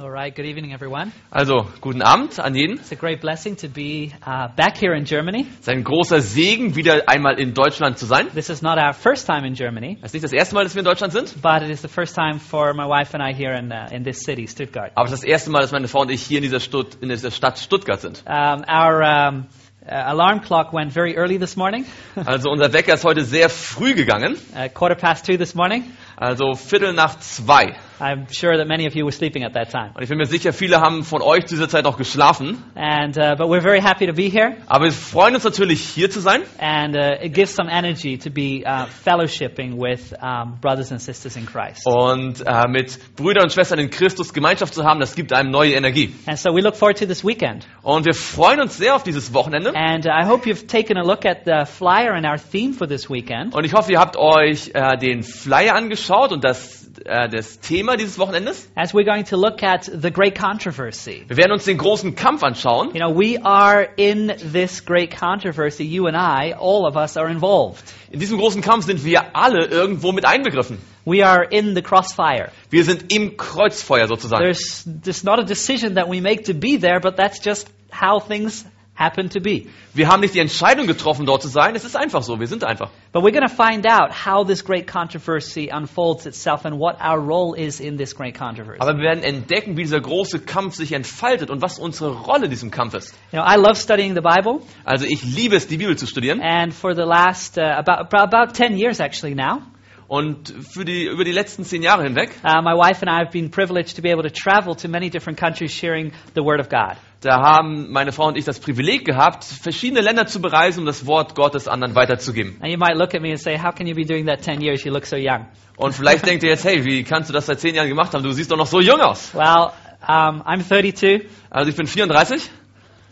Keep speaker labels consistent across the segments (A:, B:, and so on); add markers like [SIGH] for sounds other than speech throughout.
A: All right, good evening, everyone.
B: Also, guten Abend an jeden.
A: It's a great blessing to be uh, back here in Germany.
B: Es ist ein großer Segen, wieder einmal in Deutschland zu sein.
A: This is not our first time in Germany,
B: Es ist nicht das erste Mal, dass wir in Deutschland sind,
A: but it is the first time for my wife and I here in, uh, in this city, Stuttgart.
B: aber es ist das erste Mal, dass meine Frau und ich hier in dieser, Stutt in dieser Stadt Stuttgart sind.
A: Um, our um, uh, alarm clock went very early this morning, [LAUGHS]
B: Also, unser Wecker ist heute sehr früh gegangen,
A: uh, quarter past two this morning.
B: also Viertel nach zwei.
A: I'm sure that many of you were sleeping at that time.
B: Und ich bin mir sicher, viele haben von euch zu dieser Zeit auch geschlafen.
A: And, uh, but we're very happy to be here,
B: Aber wir freuen uns natürlich, hier zu sein.
A: and uh, it gives some energy to be uh, fellowshipping with um, brothers and sisters in Christ.
B: Und äh, mit Brüdern und Schwestern in Christus Gemeinschaft zu haben, das gibt einem neue Energie.
A: And so we look forward to this weekend.
B: Und wir freuen uns sehr auf dieses Wochenende.
A: And uh, I hope you've taken a look at the flyer and our theme for this weekend.
B: Und ich hoffe, ihr habt euch äh, den Flyer angeschaut und das, äh, das Thema dieses Wochenendes.
A: As we're going to look at the great controversy.
B: Wir werden uns den großen Kampf anschauen.
A: You know, we are in this great controversy. You and I, all of us, are involved.
B: In diesem großen Kampf sind wir alle irgendwo mit einbegriffen.
A: We are in the crossfire.
B: Wir sind im Kreuzfeuer sozusagen.
A: There's just not a decision that we make to be there, but that's just how things happen to be.
B: Wir haben nicht die Entscheidung getroffen, dort zu sein. Es ist einfach so. Wir sind einfach.
A: But we're going to find out how this great controversy unfolds itself and what our role is in this great controversy.
B: Aber wir werden entdecken, wie dieser große Kampf sich entfaltet und was unsere Rolle in diesem Kampf ist.
A: You know, I love studying the Bible.
B: Also ich liebe es, die Bibel zu studieren.
A: And for the last uh, about about ten years actually now,
B: Und für die, über die letzten zehn Jahre hinweg,
A: uh, my wife and I have been privileged to be able to travel to many different countries sharing the Word of God.
B: da haben meine Frau und ich das Privileg gehabt, verschiedene Länder zu bereisen, um das Wort Gottes anderen weiterzugeben.
A: And you might look at me and say, "How can you be doing that ten years? You look so young."
B: Und vielleicht denkt ihr jetzt, hey, wie kannst du das seit zehn Jahren gemacht haben? Du siehst doch noch so jung aus.
A: Well, um, I'm 32.
B: Also ich bin 34.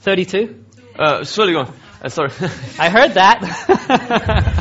A: 32.
B: Äh, Entschuldigung. Äh, sorry. [LAUGHS]
A: I heard that. [LAUGHS]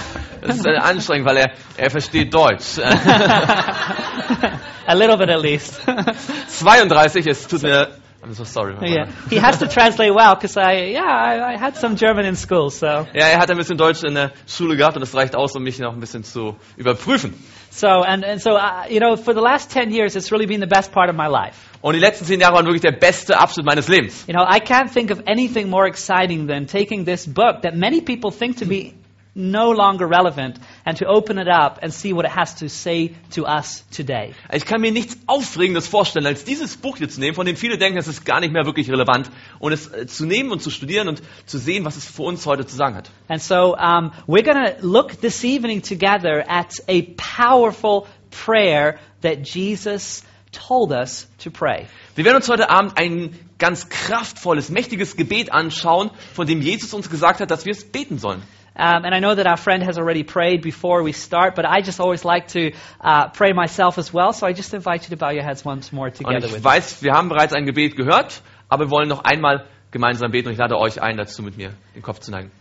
B: Das ist äh, anstrengend, weil er, er versteht Deutsch. Äh,
A: A little bit at least. [LAUGHS]
B: 32 ist, tut mir, I'm so sorry.
A: yeah. He has to translate well because I, yeah, I, I had some German in school, so.
B: Ja, er hat ein bisschen Deutsch in der Schule gehabt und das reicht aus, um mich noch ein bisschen zu überprüfen.
A: So, and, and so, uh, you know, for the last 10 years, it's really been the best part of my life.
B: Und die letzten zehn Jahre waren wirklich der beste Abschnitt meines Lebens.
A: You know, I can't think of anything more exciting than taking this book that many people think to be no longer relevant and to open it up and see what it has to say to us today.
B: Ich kann mir nichts Aufregendes vorstellen, als dieses Buch hier zu nehmen, von dem viele denken, es ist gar nicht mehr wirklich relevant, und es äh, zu nehmen und zu studieren und zu sehen, was es für uns heute zu sagen hat.
A: And so um, we're going to look this evening together at a powerful prayer that Jesus told us to pray.
B: Wir werden uns heute Abend ein ganz kraftvolles, mächtiges Gebet anschauen, von dem Jesus uns gesagt hat, dass wir es beten sollen.
A: Um, and I know that our friend has already prayed before we start, but I just always like to uh, pray myself as well. So I just invite you to bow your heads once more
B: Und
A: together with
B: ich
A: me.
B: weiß, wir haben bereits ein Gebet gehört, aber wir wollen noch einmal gemeinsam beten und ich lade euch ein, dazu mit mir den Kopf zu neigen.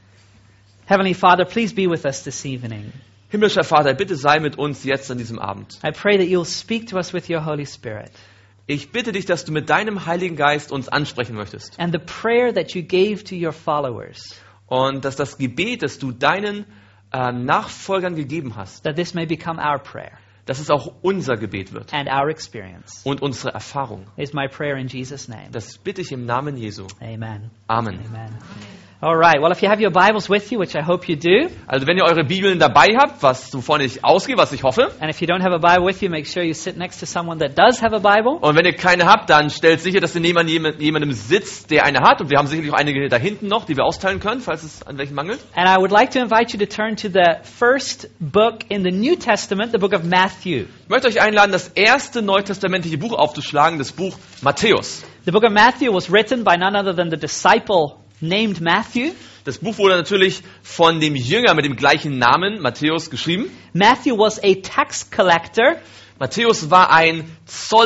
A: Heavenly Father, please be with us this evening.
B: Himmlischer Vater, bitte sei mit uns jetzt an diesem Abend.
A: I pray that you'll speak to us with your Holy Spirit.
B: Ich bitte dich, dass du mit deinem Heiligen Geist uns ansprechen möchtest
A: And the prayer that you gave to your followers,
B: und dass das Gebet, das du deinen äh, Nachfolgern gegeben hast,
A: that this may become our prayer
B: dass es auch unser Gebet wird
A: and our experience,
B: und unsere Erfahrung.
A: is my prayer in Jesus' name.
B: Das bitte ich im Namen Jesu.
A: Amen.
B: Amen.
A: Amen. All right. Well, if you have your Bibles with you, which I hope you do,
B: Also wenn ihr eure Bibeln dabei habt, was wovon ich ausgehe, was ich hoffe,
A: and if you don't have a Bible with you, make sure you sit next to someone that does have a Bible.
B: und wenn ihr keine habt, dann stellt sicher, dass ihr neben an jemand- jemandem sitzt, der eine hat. Und wir haben sicherlich auch einige da hinten noch, die wir austeilen können, falls es an welchen mangelt.
A: And I would like to invite you to turn to the first book in the New Testament, the book of Matthew.
B: Ich möchte euch einladen, das erste neutestamentliche Buch aufzuschlagen, das Buch Matthäus.
A: The book of Matthew was written by none other than the disciple named Matthew.
B: Das Buch wurde natürlich von dem Jünger mit dem gleichen Namen, Matthäus, geschrieben.
A: Matthew was a tax collector.
B: Matthäus war ein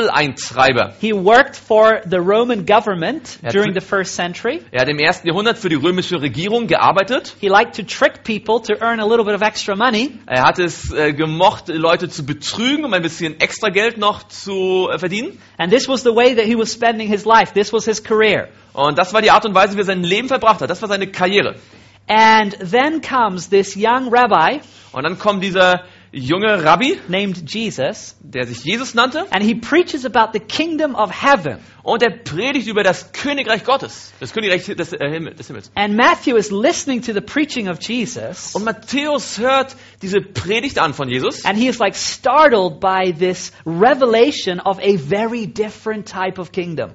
B: Zolleintreiber.
A: He worked for the Roman government
B: Ja,
A: during
B: zu-
A: the first century.
B: Er hat im ersten Jahrhundert für die römische Regierung gearbeitet.
A: He liked to trick people to earn a little bit of extra money.
B: Er hat es äh, gemocht, Leute zu betrügen, um ein bisschen extra Geld noch zu äh, verdienen.
A: And this was the way that he was spending his life. This was his career.
B: Und das war die Art und Weise, wie er sein Leben verbracht hat. Das war seine Karriere.
A: And then comes this young rabbi
B: Und dann kommt dieser junge Rabbi,
A: named Jesus,
B: der sich Jesus nannte,
A: and he preaches about the kingdom of heaven.
B: und er predigt über das Königreich Gottes, das Königreich des, äh, Himmel, des Himmels.
A: And Matthew is listening to the preaching of Jesus,
B: Und Matthäus hört diese Predigt an von Jesus
A: and he is like startled by this revelation of a very different type of kingdom.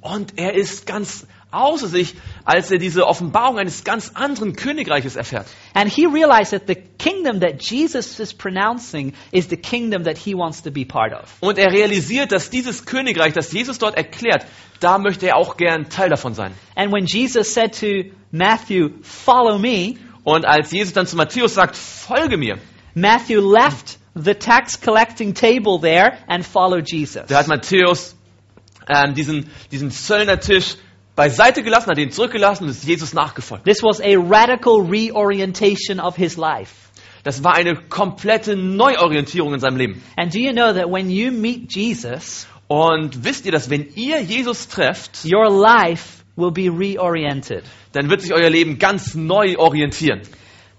B: und er ist ganz außer sich, als er diese Offenbarung eines ganz anderen Königreiches erfährt.
A: And he realized that the kingdom that Jesus is pronouncing is the kingdom that he wants to be part of.
B: Und er realisiert, dass dieses Königreich, das Jesus dort erklärt, da möchte er auch gern Teil davon sein.
A: And when Jesus said to Matthew, Follow me,
B: Und als Jesus dann zu Matthäus sagt, folge mir,
A: Matthew left the tax collecting table there and followed Jesus.
B: da hat Matthäus ähm, diesen, diesen Zöllnertisch beiseite gelassen, hat ihn zurückgelassen und ist Jesus nachgefolgt.
A: This was a radical reorientation of his life.
B: Das war eine komplette Neuorientierung in seinem Leben.
A: And do you know that when you meet Jesus,
B: Und wisst ihr, dass wenn ihr Jesus trefft,
A: your life will be reoriented?
B: dann wird sich euer Leben ganz neu orientieren.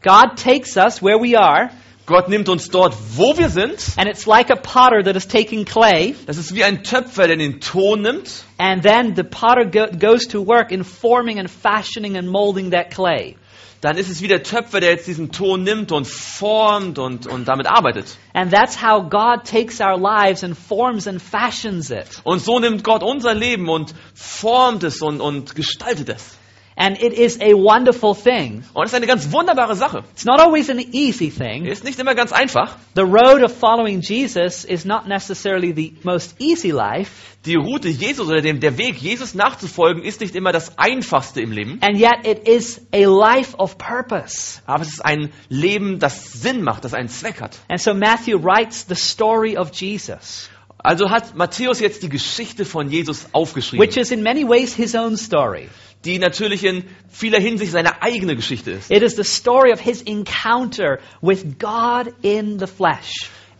A: God takes us where we are,
B: Gott nimmt uns dort, wo wir sind.
A: and it's like a potter that is taking clay,
B: Das ist wie ein Töpfer, der den Ton nimmt.
A: and then the potter go- goes to work in forming and fashioning and molding that clay.
B: Dann ist es wie der Töpfer, der jetzt diesen Ton nimmt und formt und, und damit arbeitet.
A: And that's how God takes our lives and forms and fashions it.
B: Und so nimmt Gott unser Leben und formt es und, und gestaltet es.
A: And it is a wonderful thing.
B: Und es ist eine ganz wunderbare Sache.
A: It's not always an easy thing.
B: Ist nicht immer ganz einfach.
A: The road of following Jesus is not necessarily the most easy life,
B: Die Route Jesus oder dem, der Weg, Jesus nachzufolgen, ist nicht immer das einfachste im Leben.
A: and yet it is a life of purpose.
B: Aber es ist ein Leben, das Sinn macht, das einen Zweck hat.
A: And so Matthew writes the story of Jesus,
B: Also hat Matthäus jetzt die Geschichte von Jesus aufgeschrieben.
A: which is in many ways his own story.
B: die natürlich in vieler Hinsicht seine eigene Geschichte ist.
A: It is the story of his encounter with God in the flesh.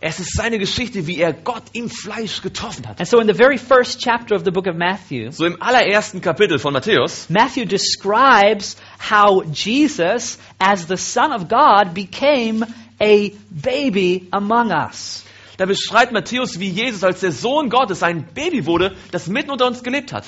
B: Es ist seine Geschichte, wie er Gott im Fleisch getroffen hat.
A: And so in the very first chapter of the book of Matthew,
B: So im allerersten Kapitel von Matthäus
A: Matthew describes how Jesus, as the Son of God, became a baby among us.
B: Da beschreibt Matthäus, wie Jesus als der Sohn Gottes ein Baby wurde, das mitten unter uns gelebt hat.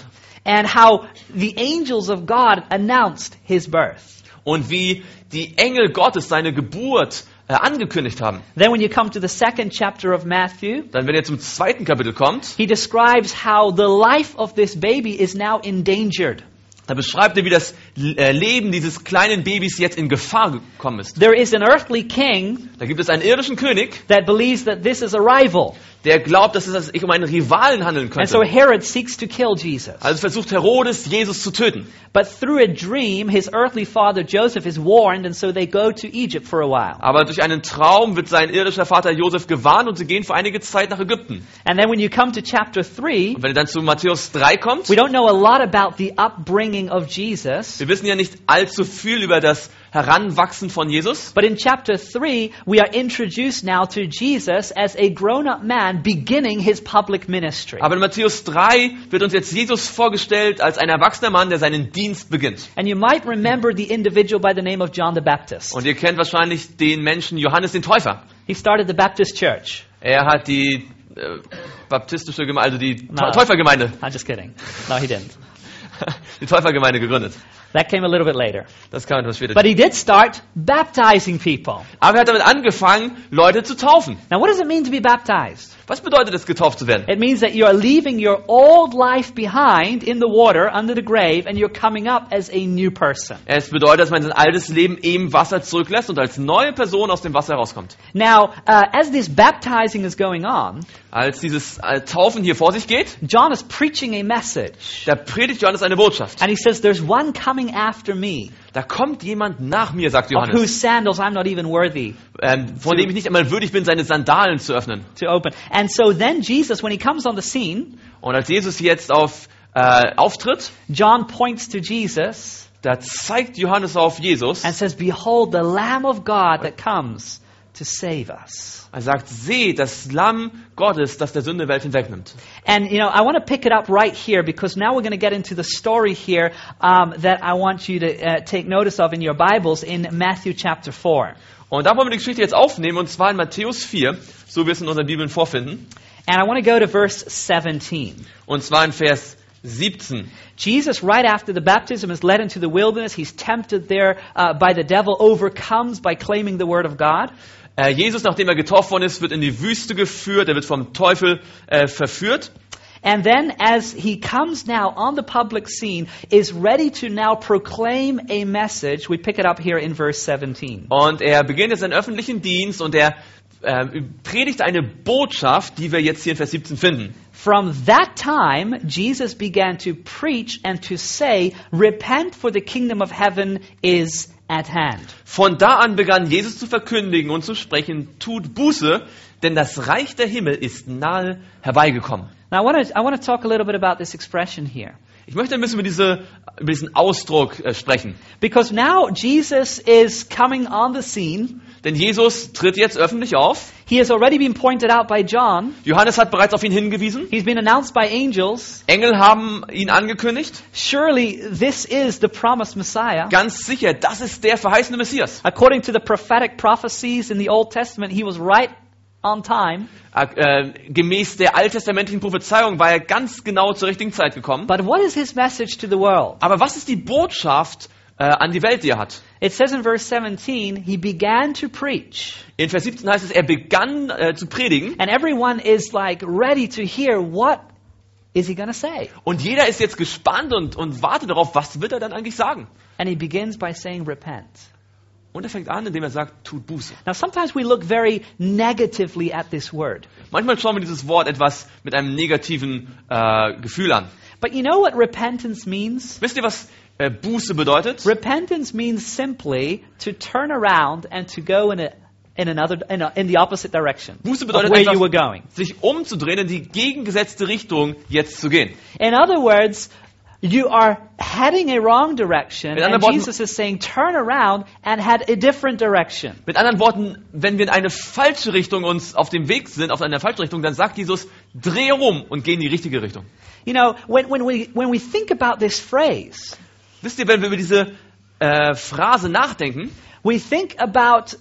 A: and how the angels of God announced his birth.
B: Und wie die Engel Gottes seine Geburt äh, angekündigt haben.
A: Then, when you come to the second chapter of Matthew,
B: Dann, wenn ihr zum zweiten Kapitel kommt,
A: he describes how the life of this baby is now endangered.
B: da beschreibt er, wie das äh, Leben dieses kleinen Babys jetzt in Gefahr gekommen ist.
A: There is an earthly king
B: Da gibt es einen irdischen König,
A: that believes that this is a rival,
B: der glaubt, dass es sich um einen Rivalen handeln
A: and so
B: könnte.
A: Herod seeks to kill Jesus.
B: Also versucht Herodes, Jesus zu töten.
A: But through a dream, his earthly father Joseph is warned, and so they go to Egypt for a while.
B: Aber durch einen Traum wird sein irdischer Vater Josef gewarnt und sie gehen für einige Zeit nach Ägypten.
A: And then, when you come to chapter 3,
B: Und wenn ihr dann zu Matthäus 3 kommt,
A: we don't know a lot about the upbringing of Jesus,
B: wir wissen ja nicht allzu viel über das Heranwachsen von Jesus.
A: But in chapter 3, we are introduced now to Jesus as a grown up man beginning his public ministry.
B: Aber in Matthäus 3 wird uns jetzt Jesus vorgestellt als ein erwachsener Mann, der seinen Dienst beginnt.
A: And you might remember the individual by the name of John the Baptist.
B: Und ihr kennt wahrscheinlich den Menschen Johannes den Täufer.
A: He started the Baptist church.
B: Er hat die äh, baptistische Gemeinde, also die
A: Na.
B: Täufergemeinde, [LAUGHS]
A: I'm just kidding. No, he didn't.
B: die Täufergemeinde gegründet.
A: That came a little bit later.
B: Das kann man etwas später.
A: But he did start baptizing people.
B: Aber er hat damit angefangen, Leute zu taufen.
A: Now, what does it mean to be baptized?
B: Was bedeutet es, getauft zu werden?
A: It means that you are leaving your old life behind in the water under the grave and you're coming up as a new person.
B: Es bedeutet, dass man sein altes Leben im Wasser zurücklässt und als neue Person aus dem Wasser herauskommt.
A: Now, uh, as this baptizing is going on,
B: Als dieses äh, Taufen hier vor sich geht,
A: John is preaching a message.
B: da predigt Johannes eine Botschaft.
A: And he says, There's one coming after me,
B: Da kommt jemand nach mir, sagt
A: of
B: Johannes,
A: whose sandals I'm not even worthy
B: ähm, von dem ich nicht einmal würdig bin, seine Sandalen zu öffnen.
A: to open. And so then Jesus, when he comes on the scene,
B: Und als Jesus jetzt auf äh, auftritt,
A: John points to Jesus
B: da zeigt Johannes auf Jesus.
A: and says, Behold, the Lamb of God that comes to save us.
B: Er sagt, seht das Lamm Gottes, das der Sünde Welt hinwegnimmt.
A: And, you know, I want to pick it up right here because now we're going to get into the story here um, that I want you to uh, take notice of in your Bibles in Matthew chapter 4.
B: Und da wollen wir die Geschichte jetzt aufnehmen, und zwar in Matthäus 4, so wir es in unseren Bibeln vorfinden,
A: And I want to go to verse 17.
B: und zwar in Vers 17.
A: Jesus, right after the baptism, is led into the wilderness. He's tempted there uh, by the devil, overcomes by claiming the word of God.
B: Äh, Jesus, nachdem er getauft worden ist, wird in die Wüste geführt, er wird vom Teufel äh, verführt.
A: And then, as he comes now on the public scene, is ready to now proclaim a message. We pick it up here in verse 17.
B: Und er beginnt jetzt seinen öffentlichen Dienst und er äh, predigt eine Botschaft, die wir jetzt hier in Vers 17 finden.
A: From that time, Jesus began to preach and to say, Repent, for the kingdom of heaven is at hand.
B: Von da an begann Jesus zu verkündigen und zu sprechen, tut Buße, denn das Reich der Himmel ist nahe herbeigekommen.
A: Now, I want to I want to talk a little bit about this expression here.
B: Ich möchte ein bisschen über, diese, über diesen Ausdruck äh, sprechen.
A: Because now Jesus is coming on the scene.
B: Denn Jesus tritt jetzt öffentlich auf.
A: He has already been pointed out by John.
B: Johannes hat bereits auf ihn hingewiesen.
A: He's been announced by angels.
B: Engel haben ihn angekündigt.
A: Surely this is the promised Messiah.
B: Ganz sicher, das ist der verheißene Messias.
A: According to the prophetic prophecies in the Old Testament, he was right on time.
B: Äh, gemäß der alttestamentlichen Prophezeiung war er ganz genau zur richtigen Zeit gekommen.
A: But what is his message to the world?
B: Aber was ist die Botschaft äh, an die Welt, die er hat?
A: It says in verse 17, he began to preach.
B: In Vers 17 heißt es, er begann äh, zu predigen
A: And everyone is like ready to hear what is he going to say?
B: und jeder ist jetzt gespannt und, und wartet darauf, was wird er dann eigentlich sagen?
A: And he begins by saying, repent.
B: Und er fängt an, indem er sagt, tut Buße.
A: Now, sometimes we look very negatively at this word.
B: Manchmal schauen wir dieses Wort etwas mit einem negativen äh, Gefühl an.
A: But you know what repentance means?
B: Wisst ihr, was äh, Buße bedeutet?
A: Repentance means simply to turn around and to go in a in another in, a, in the opposite direction
B: Buße
A: of
B: bedeutet
A: where you were
B: einfach,
A: going.
B: sich umzudrehen, in die gegengesetzte Richtung jetzt zu gehen.
A: In other words, you are heading a wrong direction,
B: In
A: and
B: anderen Worten-
A: Jesus is saying, turn around and head a different direction.
B: Mit anderen Worten, wenn wir in eine falsche Richtung uns auf dem Weg sind, auf eine falsche Richtung, dann sagt Jesus, dreh rum und geh in die richtige Richtung.
A: You know, when, when we when we think about this phrase,
B: Wisst ihr, wenn wir über diese äh, Phrase nachdenken,
A: we think about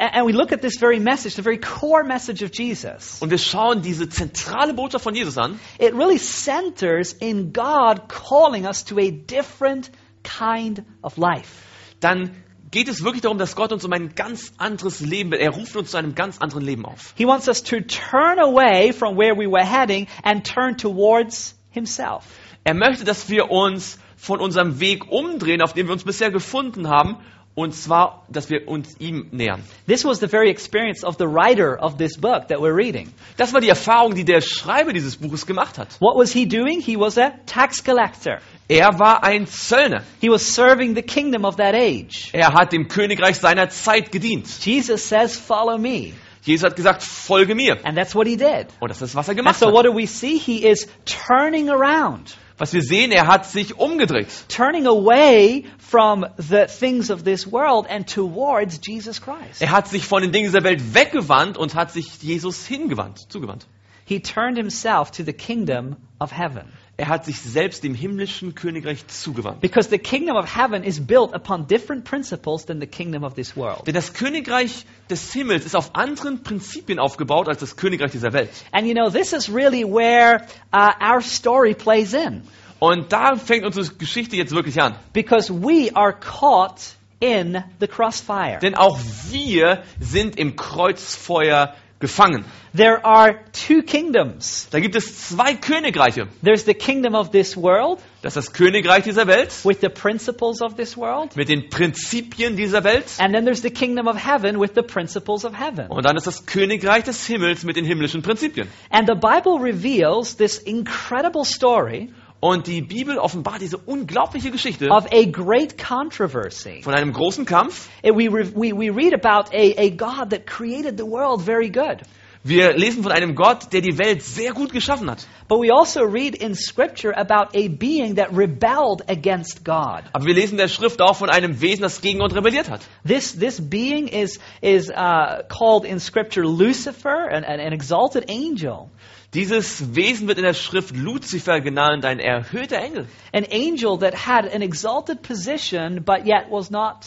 A: and we look at this very message, the very core message of Jesus.
B: und wir schauen diese zentrale Botschaft von Jesus an,
A: It really centers in God calling us to a different kind of life.
B: dann geht es wirklich darum, dass Gott uns um ein ganz anderes Leben will. Er ruft uns zu einem ganz anderen Leben auf.
A: He wants us to turn away from where we were heading and turn towards Himself.
B: Er möchte, dass wir uns von unserem Weg umdrehen, auf dem wir uns bisher gefunden haben, und zwar, dass wir uns ihm nähern.
A: This was the very experience of the writer of this book that we're reading.
B: Das war die Erfahrung, die der Schreiber dieses Buches gemacht hat.
A: What was he doing? He was a tax collector.
B: Er war ein Zöllner.
A: He was serving the kingdom of that age.
B: Er hat dem Königreich seiner Zeit gedient.
A: Jesus says, Follow me.
B: Jesus hat gesagt, folge mir.
A: And that's what he did.
B: Und das ist, was er
A: And
B: gemacht
A: so, what
B: hat.
A: do we see? He is turning around.
B: Was wir sehen, er hat sich umgedreht.
A: turning away from the things of this world and towards Jesus Christ.
B: Er hat sich von den Dingen dieser Welt weggewandt und hat sich Jesus hingewandt, zugewandt.
A: He turned himself to the kingdom of heaven.
B: Er hat sich selbst dem himmlischen Königreich zugewandt.
A: Because the kingdom of heaven is built upon different principles than the kingdom of this world.
B: Denn das Königreich des Himmels ist auf anderen Prinzipien aufgebaut als das Königreich dieser Welt.
A: And you know, this is really where uh, our story plays in.
B: Und da fängt unsere Geschichte jetzt wirklich an.
A: Because we are caught in the crossfire.
B: Denn auch wir sind im Kreuzfeuer gefangen.
A: There are two kingdoms
B: Da gibt es zwei Königreiche.
A: there's the kingdom of this world
B: Das ist das Königreich dieser Welt
A: with the principles of this world.
B: mit den Prinzipien dieser Welt.
A: And then there's the kingdom of heaven with the principles of heaven.
B: Und dann ist das Königreich des Himmels mit den himmlischen Prinzipien.
A: And the Bible reveals this incredible story
B: Und die Bibel offenbart diese unglaubliche Geschichte
A: of a great controversy.
B: von einem großen Kampf.
A: And We, re- we, we read about a, a God that created the world very good.
B: Wir lesen von einem Gott, der die Welt sehr gut geschaffen hat.
A: But we also read in Scripture about a being that rebelled against God.
B: Aber wir lesen in der Schrift auch von einem Wesen, das gegen Gott rebelliert hat.
A: This, this being is, is uh, called in Scripture Lucifer, an, an, an exalted angel.
B: Dieses Wesen wird in der Schrift Luzifer genannt, ein erhöhter Engel.
A: An angel that had an exalted position, but yet was not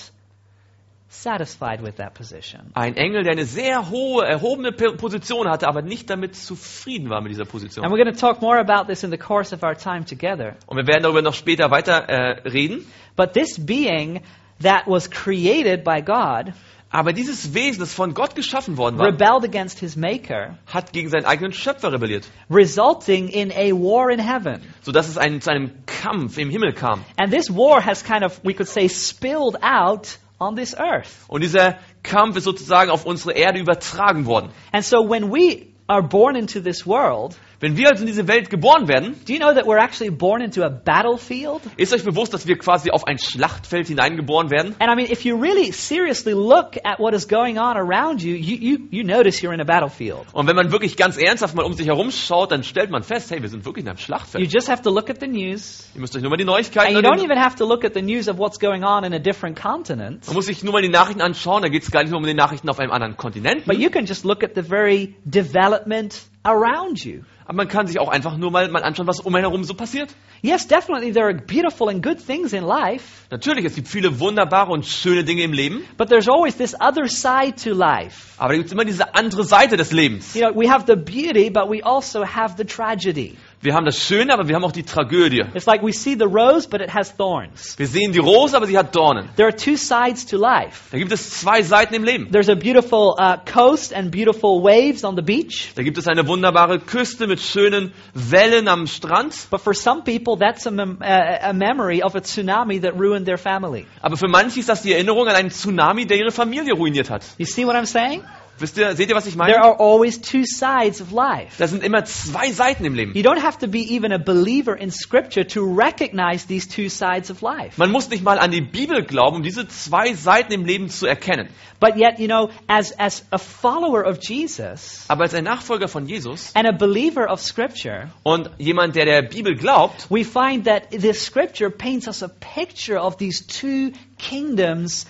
A: satisfied with that position.
B: Ein Engel, der eine sehr hohe, erhobene P- Position hatte, aber nicht damit zufrieden war mit dieser Position.
A: And we're going to talk more about this in the course of our time together.
B: Und wir werden darüber noch später weiter äh, reden.
A: But this being that was created by God
B: Aber dieses Wesen, das von Gott geschaffen worden war,
A: rebelled against his maker,
B: hat gegen seinen eigenen Schöpfer rebelliert,
A: resulting in a war in heaven.
B: sodass es einen, zu einem Kampf im Himmel kam.
A: And this war has kind of, we could say, spilled out on this earth.
B: Und dieser Kampf ist sozusagen auf unsere Erde übertragen worden.
A: And so when we are born into this world,
B: Wenn wir also in diese Welt geboren werden,
A: do you know that we're actually born into a battlefield?
B: ist euch bewusst, dass wir quasi auf ein Schlachtfeld hineingeboren werden?
A: And I mean, if you really seriously look at what is going on around you, you, you, you notice you're in a battlefield.
B: Und wenn man wirklich ganz ernsthaft mal um sich herum schaut, dann stellt man fest, hey, wir sind wirklich in einem
A: You
B: Schlachtfeld.
A: just have to look at the news.
B: Ihr müsst euch nur mal die
A: And
B: Neuigkeiten
A: you don't
B: anschauen.
A: even have to look at the news of what's going on in a different continent.
B: Man muss sich nur mal die Nachrichten anschauen, da geht es gar nicht nur um die Nachrichten auf einem anderen Kontinent.
A: But you can just look at the very development around you.
B: Aber man kann sich auch einfach nur mal, mal anschauen, was um einen herum so passiert.
A: Yes, definitely there are beautiful and good things in life,
B: Natürlich, es gibt viele wunderbare und schöne Dinge im Leben,
A: but there's always this other side to life.
B: aber da gibt es immer diese andere Seite des Lebens.
A: You know, we have the beauty, but we also have the tragedy.
B: Wir haben das Schöne, aber wir haben auch die Tragödie.
A: It's like we see the rose, but it has thorns.
B: Wir sehen die Rose, aber sie hat Dornen.
A: There are two sides to life.
B: Da gibt es zwei Seiten im Leben.
A: There's a beautiful uh, coast and beautiful waves on the beach,
B: Da gibt es eine wunderbare Küste mit schönen Wellen am Strand.
A: but for some people, that's a, mem- uh, a memory of a tsunami that ruined their family.
B: Aber für manche ist das die Erinnerung an einen Tsunami, der ihre Familie ruiniert hat.
A: You see what I'm saying?
B: Wisst ihr, seht ihr, was ich
A: There
B: meine?
A: are always two sides of life.
B: Da sind immer zwei Seiten im Leben.
A: You don't have to be even a believer in Scripture to recognize these two sides of life.
B: Man muss nicht mal an die Bibel glauben, um diese zwei Seiten im Leben zu erkennen.
A: But yet, you know, as, as a follower of Jesus
B: Aber als ein Nachfolger von Jesus
A: and a believer of Scripture,
B: und jemand, der der Bibel glaubt,
A: we find that this Scripture paints us a picture of these two kingdoms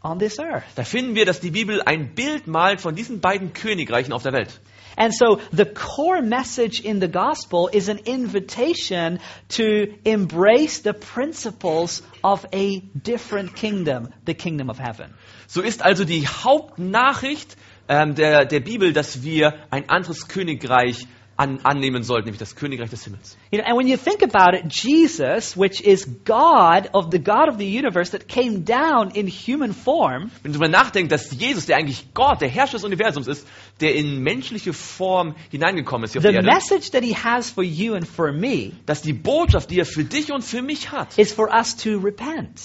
A: on this earth.
B: da finden wir, dass die Bibel ein Bild malt von diesen beiden Königreichen auf der Welt.
A: And so the core message in the gospel is an invitation to embrace the principles of a different kingdom, the kingdom of heaven.
B: So ist also die Hauptnachricht ähm, der, der Bibel, dass wir ein anderes Königreich an, annehmen sollten, nämlich das Königreich des Himmels.
A: You know, and when you think about it, Jesus, which is God of the God of the universe that came down in human form,
B: Wenn du darüber nachdenkst, dass Jesus, der eigentlich Gott, der Herrscher des Universums ist, der in menschliche Form hineingekommen ist hier auf
A: the
B: die Erde,
A: message that he has for you and for me
B: dass die Botschaft, die er für dich und für mich hat,
A: is for us to repent,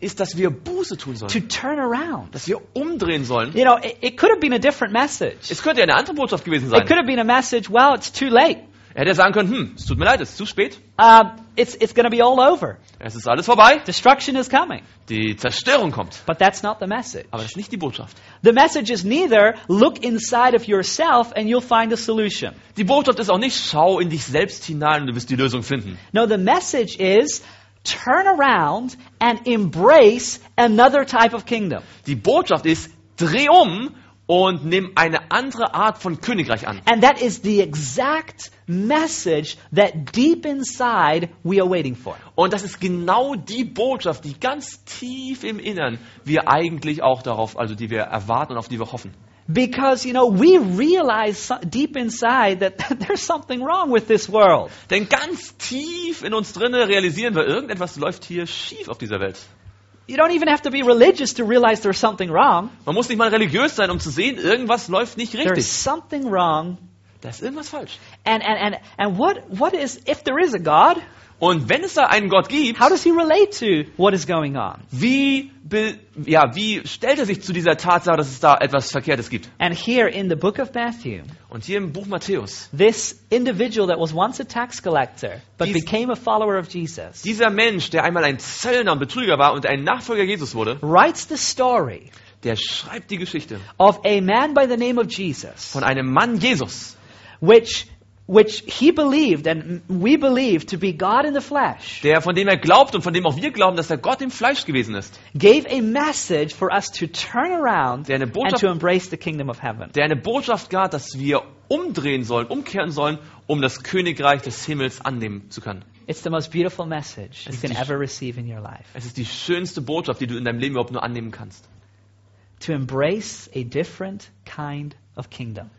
B: ist, dass wir Buße tun sollen,
A: to turn around.
B: dass wir umdrehen sollen.
A: You know, it, it could have been a different message.
B: Es könnte ja eine andere Botschaft gewesen
A: It
B: sein.
A: could have been a message, well, it's too late.
B: Er hätte ja sagen können, hm, es tut mir leid, es ist zu spät,
A: Um, it's it's going to be all over.
B: es ist alles vorbei,
A: Destruction is coming.
B: die Zerstörung kommt.
A: But that's not the message.
B: Aber das ist nicht die Botschaft.
A: The message is neither look inside of yourself and you'll find a solution.
B: Die Botschaft ist auch nicht, schau in dich selbst hinein und du wirst die Lösung finden.
A: No, the message is turn around and embrace another type of kingdom.
B: Die Botschaft ist, dreh um und nimm eine andere Art von Königreich an.
A: And that is the exact message that deep inside we are waiting for.
B: Und das ist genau die Botschaft, die ganz tief im Innern wir eigentlich auch darauf, also die wir erwarten und auf die wir hoffen.
A: Because, you know, we realize so- deep inside that [LAUGHS] there's something wrong with this world.
B: Denn ganz tief in uns drinnen realisieren wir, irgendetwas läuft hier schief auf dieser Welt.
A: You don't even have to be religious to realize there's something wrong.
B: Man muss nicht mal religiös sein, um zu sehen, irgendwas läuft nicht
A: There's
B: richtig.
A: something wrong.
B: Da ist irgendwas falsch.
A: And, and, and, and what, what is, if there is a God,
B: Und wenn es da einen Gott gibt,
A: how does he relate to what is going on?
B: wie, be, ja, wie stellt er sich zu dieser Tatsache, dass es da etwas Verkehrtes gibt?
A: And here in the book of Matthew,
B: Und hier im Buch Matthäus,
A: this individual that was once a tax collector but
B: Dies-
A: became a follower of Jesus
B: dieser Mensch, der einmal ein Zöllner und Betrüger war und ein Nachfolger Jesus wurde,
A: writes the story
B: der schreibt die Geschichte
A: of a man by the name of Jesus,
B: von einem Mann Jesus,
A: which, which he believed and we believe to be God in the flesh,
B: der von dem er glaubt und von dem auch wir glauben, dass er Gott im Fleisch gewesen ist,
A: gave a message for us to turn around
B: Der eine
A: and
B: Botschaft-
A: to embrace the kingdom of heaven.
B: der eine Botschaft gab, dass wir umdrehen sollen, umkehren sollen, um das Königreich des Himmels annehmen zu können.
A: It's the most beautiful message you
B: Es
A: can
B: ist-
A: ever receive in your life.
B: Es ist die schönste Botschaft, die du in deinem Leben überhaupt nur annehmen kannst.
A: to embrace a different kind of kingdom.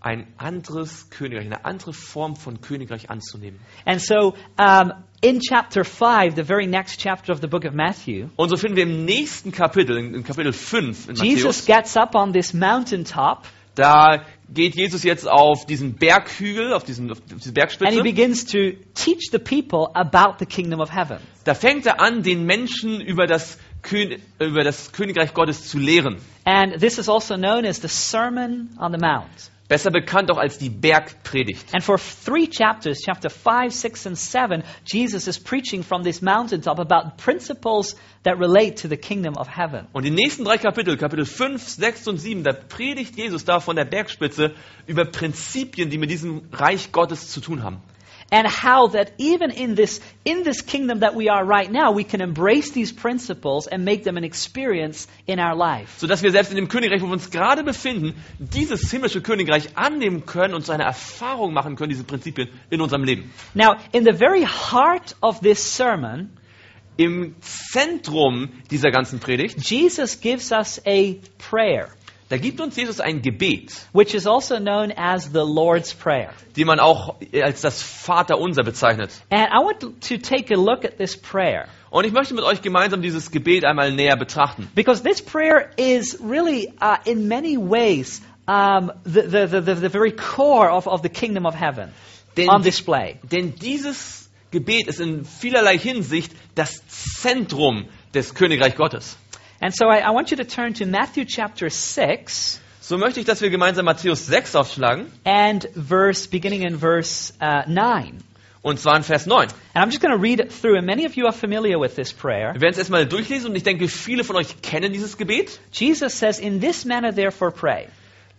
B: ein anderes Königreich, eine andere Form von Königreich anzunehmen.
A: And so, um, in chapter 5, the very next chapter of the book of Matthew,
B: Und so finden wir im nächsten Kapitel, in in Kapitel 5 in
A: Jesus
B: Matthäus,
A: gets up on this mountaintop
B: da geht Jesus jetzt auf diesen Berghügel, auf, diesen, auf diese
A: and he
B: Bergspitze.
A: begins to teach the people about the kingdom of heaven.
B: Da fängt er an, den Menschen über das, Kön über das Königreich Gottes zu lehren.
A: And this is also known as the Sermon on the Mount.
B: Besser bekannt auch als die Bergpredigt.
A: And for three chapters, chapter 5, 6, and 7, Jesus is preaching from this mountaintop about principles that relate to the kingdom of heaven.
B: Und die nächsten drei Kapitel, Kapitel 5, 6 und 7, da predigt Jesus da von der Bergspitze über Prinzipien, die mit diesem Reich Gottes zu tun haben.
A: And how that even in this, in this kingdom that we are right now, we can embrace these principles and make them an experience in our life.
B: sodass wir selbst in dem Königreich, wo wir uns gerade befinden, dieses himmlische Königreich annehmen können und zu einer Erfahrung machen können, diese Prinzipien in unserem Leben.
A: Now, in the very heart of this sermon,
B: Im Zentrum dieser ganzen Predigt,
A: Jesus gives us a prayer,
B: da gibt uns Jesus ein Gebet,
A: which is also known as the Lord's Prayer.
B: die man auch als das Vaterunser bezeichnet.
A: And I want to take a look at this prayer.
B: Und ich möchte mit euch gemeinsam dieses Gebet einmal näher betrachten.
A: Because this prayer is really, uh, in many ways, um, the, the, the, the, the very core of, of the kingdom of heaven
B: Denn,
A: on display.
B: denn dieses Gebet ist in vielerlei Hinsicht das Zentrum des Königreich Gottes.
A: And so I, I want you to turn to Matthew chapter 6
B: So möchte ich, dass wir gemeinsam Matthäus 6 aufschlagen,
A: and verse, beginning in verse uh, 9.
B: und zwar in Vers 9.
A: And I'm just going to read it through, and many of you are familiar with this prayer.
B: Wir werden es erstmal durchlesen und ich denke, viele von euch kennen dieses Gebet.
A: Jesus says, In this manner therefore pray.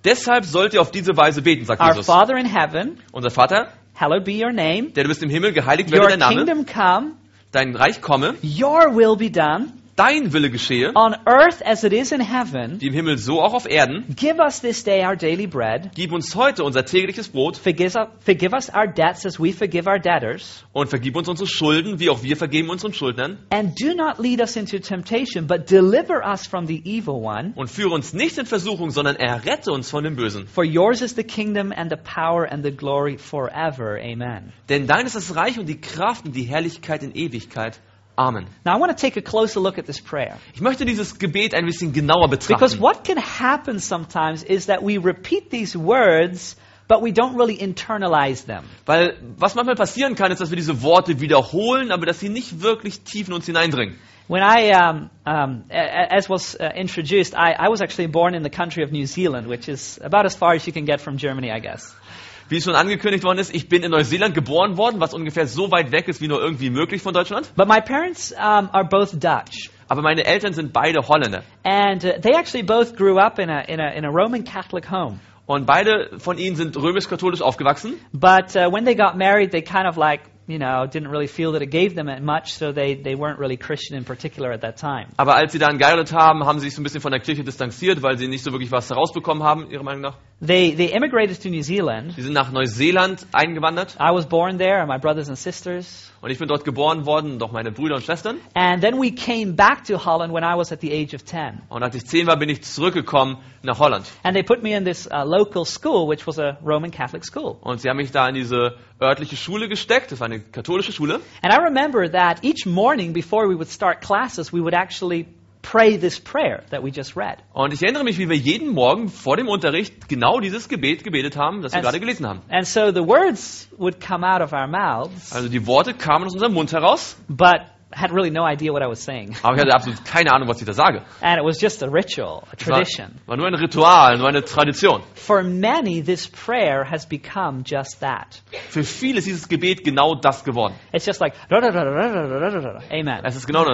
B: Deshalb sollt ihr auf diese Weise beten, sagt
A: Our
B: Jesus.
A: Father in heaven,
B: Unser Vater,
A: hallowed be your name.
B: der du bist im Himmel, geheiligt werde
A: Your
B: dein Name,
A: kingdom come,
B: dein Reich komme,
A: your will be done,
B: dein Wille geschehe,
A: on earth as it is in heaven.
B: wie im Himmel so auch auf Erden.
A: Give us this day our daily bread.
B: Gib uns heute unser tägliches Brot
A: Forgive, forgive us our debts as we forgive our debtors.
B: und vergib uns unsere Schulden, wie auch wir vergeben unseren Schuldnern.
A: And do not lead us into temptation, but deliver us from the evil one.
B: Und führe uns nicht in Versuchung, sondern errette uns von dem Bösen.
A: For yours is the kingdom and the power and the glory forever. Amen.
B: Denn dein ist das Reich und die Kraft und die Herrlichkeit in Ewigkeit. Amen.
A: Now, I want to take a closer look at this prayer.
B: Ich möchte dieses Gebet ein bisschen genauer
A: Because
B: betrachten.
A: what can happen sometimes is that we repeat these words, but we don't really internalize them.
B: Weil was manchmal passieren kann, ist, dass wir diese Worte wiederholen, aber dass sie nicht wirklich tief in uns hineindringen.
A: When I, um, um, a- a- as was uh, introduced, I, I was actually born in the country of New Zealand, which is about as far as you can get from Germany, I guess.
B: Wie schon angekündigt worden ist, ich bin in Neuseeland geboren worden, was ungefähr so weit weg ist wie nur irgendwie möglich von Deutschland.
A: But my parents um, are both Dutch,
B: Aber meine Eltern sind beide Holländer.
A: and uh, they actually both grew up in a, in, a, in a Roman Catholic home.
B: Und beide von ihnen sind römisch-katholisch aufgewachsen.
A: But uh, when they got married, they kind of like, you know, didn't really feel that it gave them it much, so they, they weren't really Christian in particular at that time.
B: Aber als sie dann geheiratet haben, haben sie sich so ein bisschen von der Kirche distanziert, weil sie nicht so wirklich was herausbekommen haben, ihrer Meinung nach.
A: They, they immigrated to New Zealand.
B: Sie sind nach Neuseeland eingewandert
A: I was born there, and my brothers and sisters.
B: und ich bin dort geboren worden, und auch meine Brüder und Schwestern.
A: And then we came back to Holland when I was at the age of 10.
B: Und als ich zehn war, bin ich zurückgekommen nach Holland.
A: And they put me in this uh, local school, which was a Roman Catholic school.
B: Und sie haben mich da in diese örtliche Schule gesteckt. Das war eine katholische Schule.
A: And I remember that each morning before we would start classes, we would actually pray this prayer that we just read.
B: Und ich erinnere mich, wie wir jeden Morgen vor dem Unterricht genau dieses Gebet gebetet haben, das wir
A: Es-
B: gerade gelesen haben.
A: And so the words would come out of our mouths,
B: Also die Worte kamen aus unserem Mund heraus,
A: but had really no idea what I was saying.
B: aber ich hatte absolut keine Ahnung, was ich da sage.
A: And it was just a ritual, a
B: Es war,
A: tradition.
B: war nur ein Ritual, nur eine Tradition.
A: For many, this prayer has become just that.
B: Für viele ist dieses Gebet genau das geworden.
A: It's just like, amen.
B: Es ist genau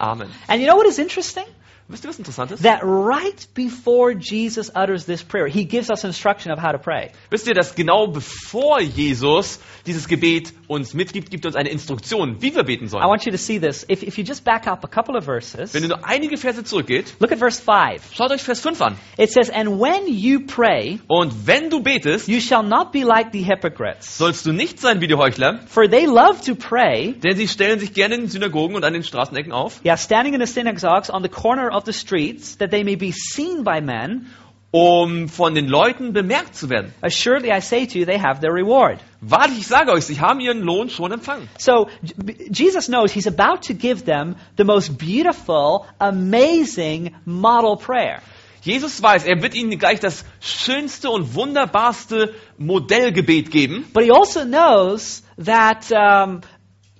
B: Amen.
A: And you know what is interesting?
B: Wisst ihr, was interessant ist?
A: That right before Jesus utters this prayer, he gives us instruction of how to pray.
B: Wisst ihr, dass genau bevor Jesus dieses Gebet uns mitgibt, gibt er uns eine Instruktion, wie wir beten
A: I
B: sollen.
A: want you to see this. If, if you just back up a couple of verses,
B: Wenn ihr nur einige Verse zurückgeht,
A: look at verse 5.
B: schaut euch Vers 5 an.
A: It says, And when you pray,
B: Und wenn du betest,
A: you shall not be like the hypocrites,
B: sollst du nicht sein wie die Heuchler,
A: for they love to pray,
B: denn sie stellen sich gerne in den Synagogen und an den Straßenecken auf,
A: yeah, standing in the synagogues on the corner of the streets, that they may be seen by men.
B: um von den Leuten bemerkt zu werden.
A: Assuredly, I say to you, they have their reward.
B: Wahrlich, ich sage euch, sie haben ihren Lohn schon empfangen.
A: So J- B- Jesus knows he's about to give them the most beautiful, amazing model prayer.
B: Jesus weiß, er wird ihnen gleich das schönste und wunderbarste Modellgebet geben.
A: But he also knows that um,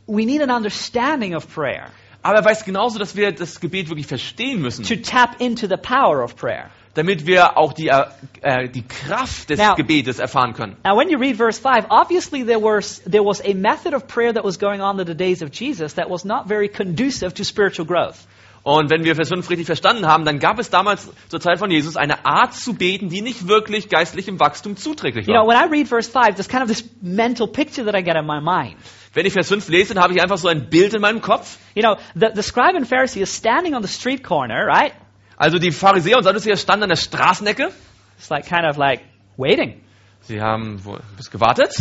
A: we need an understanding of prayer
B: Aber er weiß genauso, dass wir das Gebet wirklich verstehen müssen,
A: to tap into the power of prayer.
B: damit wir auch die, äh, äh, die Kraft des
A: Now-
B: Gebetes erfahren können.
A: Now, when you read verse 5, obviously there was, there was a method of prayer that was going on in the days of Jesus that was not very conducive to spiritual growth.
B: Und wenn wir Vers 5 richtig verstanden haben, dann gab es damals zur Zeit von Jesus eine Art zu beten, die nicht wirklich geistlichem Wachstum zuträglich
A: You know,
B: war.
A: when I read verse 5, there's kind of this mental picture that I get in my mind.
B: Wenn ich Vers 5 lese, dann habe ich einfach so ein Bild in meinem Kopf.
A: You know, the, the scribe and Pharisee is standing on the street corner, right?
B: Also die Pharisäer und Sadduzäer standen an der Straßenecke.
A: It's like kind of like waiting
B: Sie haben wohl bis gewartet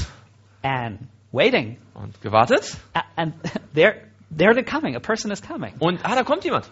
A: and waiting.
B: und gewartet.
A: A- And [LAUGHS] there, there they're coming. A person is coming.
B: Und ah, da kommt jemand.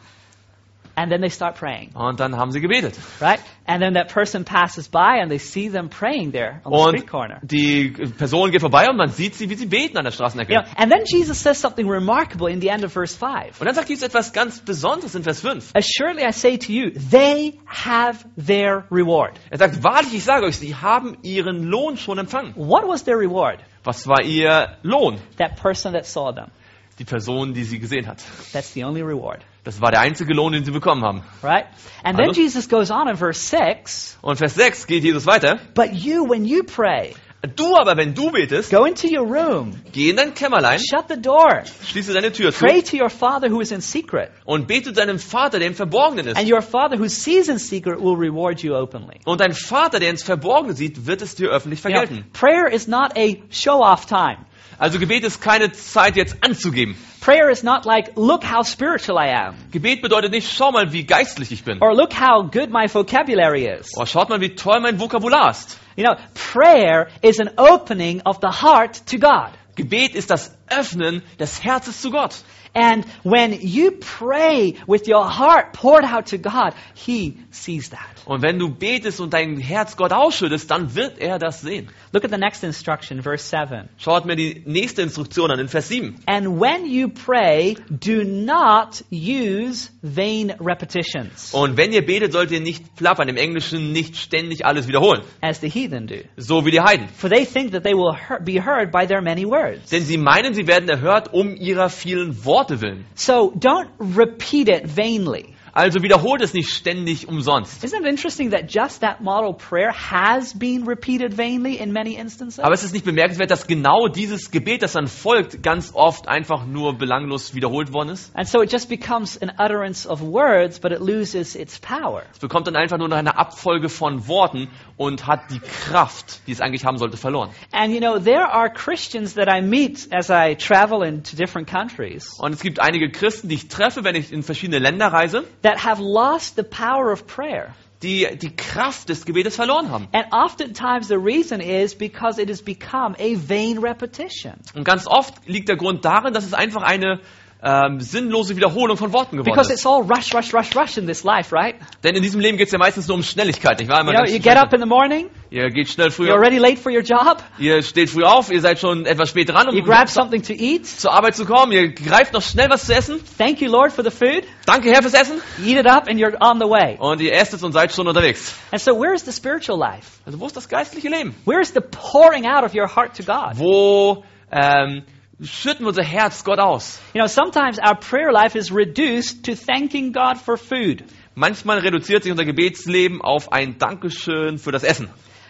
A: And then they start praying,
B: Und dann haben sie gebetet.
A: right? And then that person passes by and they see them praying there on the
B: Und
A: street corner.
B: die Person geht vorbei und man sieht sie, wie sie beten an der
A: You know,
B: Straßenecke.
A: and then Jesus says something remarkable in the end of verse 5.
B: Und dann sagt Jesus etwas ganz Besonderes in Vers 5.
A: Assuredly I say to you, they have their reward.
B: Er sagt, wahrlich, ich sage euch, sie haben ihren Lohn schon empfangen.
A: What was their reward?
B: Was war ihr Lohn?
A: That person that saw them.
B: Die Person, die sie gesehen hat.
A: That's the only reward,
B: Das war der einzige Lohn, den sie bekommen haben.
A: right? And then
B: Alles-
A: Jesus goes on in verse 6,
B: Und Vers 6 geht Jesus weiter.
A: but you, when you pray,
B: Du aber, wenn du betest,
A: go into your room,
B: geh in dein Kämmerlein,
A: shut the door,
B: schließe deine Tür zu
A: pray to your Father who is in secret,
B: und bete deinem Vater, der im Verborgenen ist.
A: and your Father who sees in secret will reward you openly.
B: Und dein Vater, der ins Verborgene sieht, wird es dir öffentlich
A: You know,
B: vergelten.
A: prayer is not a show off time.
B: Also Gebet ist keine Zeit, jetzt anzugeben.
A: Prayer is not like, look how spiritual I am,
B: Gebet bedeutet nicht, schau mal, wie geistlich ich bin.
A: or look how good my vocabulary is.
B: Oh, schaut mal, wie toll mein Vokabular ist.
A: You know, prayer is an opening of the heart to God.
B: Gebet ist das Öffnen des Herzens zu Gott.
A: And when you pray with your heart poured out to God, He sees that.
B: Und wenn du betest und dein Herz Gott ausschüttest, dann wird er das sehen.
A: Look at the next instruction, verse 7.
B: Schaut mir die nächste Instruktion an in Vers 7.
A: And when you pray, do not use vain repetitions,
B: Und wenn ihr betet, sollt ihr nicht plappern, im Englischen nicht ständig alles wiederholen,
A: as the heathen do.
B: so wie die Heiden.
A: For they think that they will hear- be heard by their many words.
B: Denn sie meinen, sie werden erhört um ihrer vielen Worte willen.
A: So don't repeat it vainly.
B: Also wiederholt es nicht ständig umsonst.
A: Isn't it interesting that just that model prayer has been repeated vainly in many instances?
B: Aber es ist nicht bemerkenswert, dass genau dieses Gebet, das dann folgt, ganz oft einfach nur belanglos wiederholt worden ist?
A: And so it just becomes an utterance of words, but it loses its power.
B: Es bekommt dann einfach nur noch eine Abfolge von Worten und hat die Kraft, die es eigentlich haben sollte, verloren.
A: And you know, there are Christians that I meet as I travel into different countries
B: Und es gibt einige Christen, die ich treffe, wenn ich in verschiedene Länder reise,
A: that have lost the power of prayer.
B: die die Kraft des Gebetes verloren haben.
A: And oftentimes the reason is because it has become a vain repetition.
B: Und ganz oft liegt der Grund darin, dass es einfach eine ähm, sinnlose Wiederholung von Worten geworden
A: Because
B: ist.
A: it's all rush, rush, rush, rush in this life, right?
B: Denn in diesem Leben geht es ja meistens nur um Schnelligkeit, nicht wahr?
A: You
B: Immer
A: know,
B: ganz
A: you get
B: schnell.
A: up in the morning,
B: ihr geht schnell früh,
A: you're already late for your job,
B: ihr steht früh auf, ihr seid schon etwas spät dran,
A: you
B: um
A: grab something to eat.
B: zur Arbeit zu kommen, ihr greift noch schnell was zu essen.
A: Thank you, Lord, for the food.
B: Danke, Herr, fürs Essen.
A: You eat it up and you're on the way.
B: Und ihr esst es und seid schon unterwegs.
A: And so where is the spiritual life?
B: Also wo ist das geistliche Leben?
A: Where is the pouring out of your heart to God?
B: Wo ähm, schütten wir unser Herz Gott aus?
A: You know, sometimes our prayer life is reduced to thanking God for food.
B: Manchmal reduziert sich unser Gebetsleben auf ein Dankeschön für das Essen.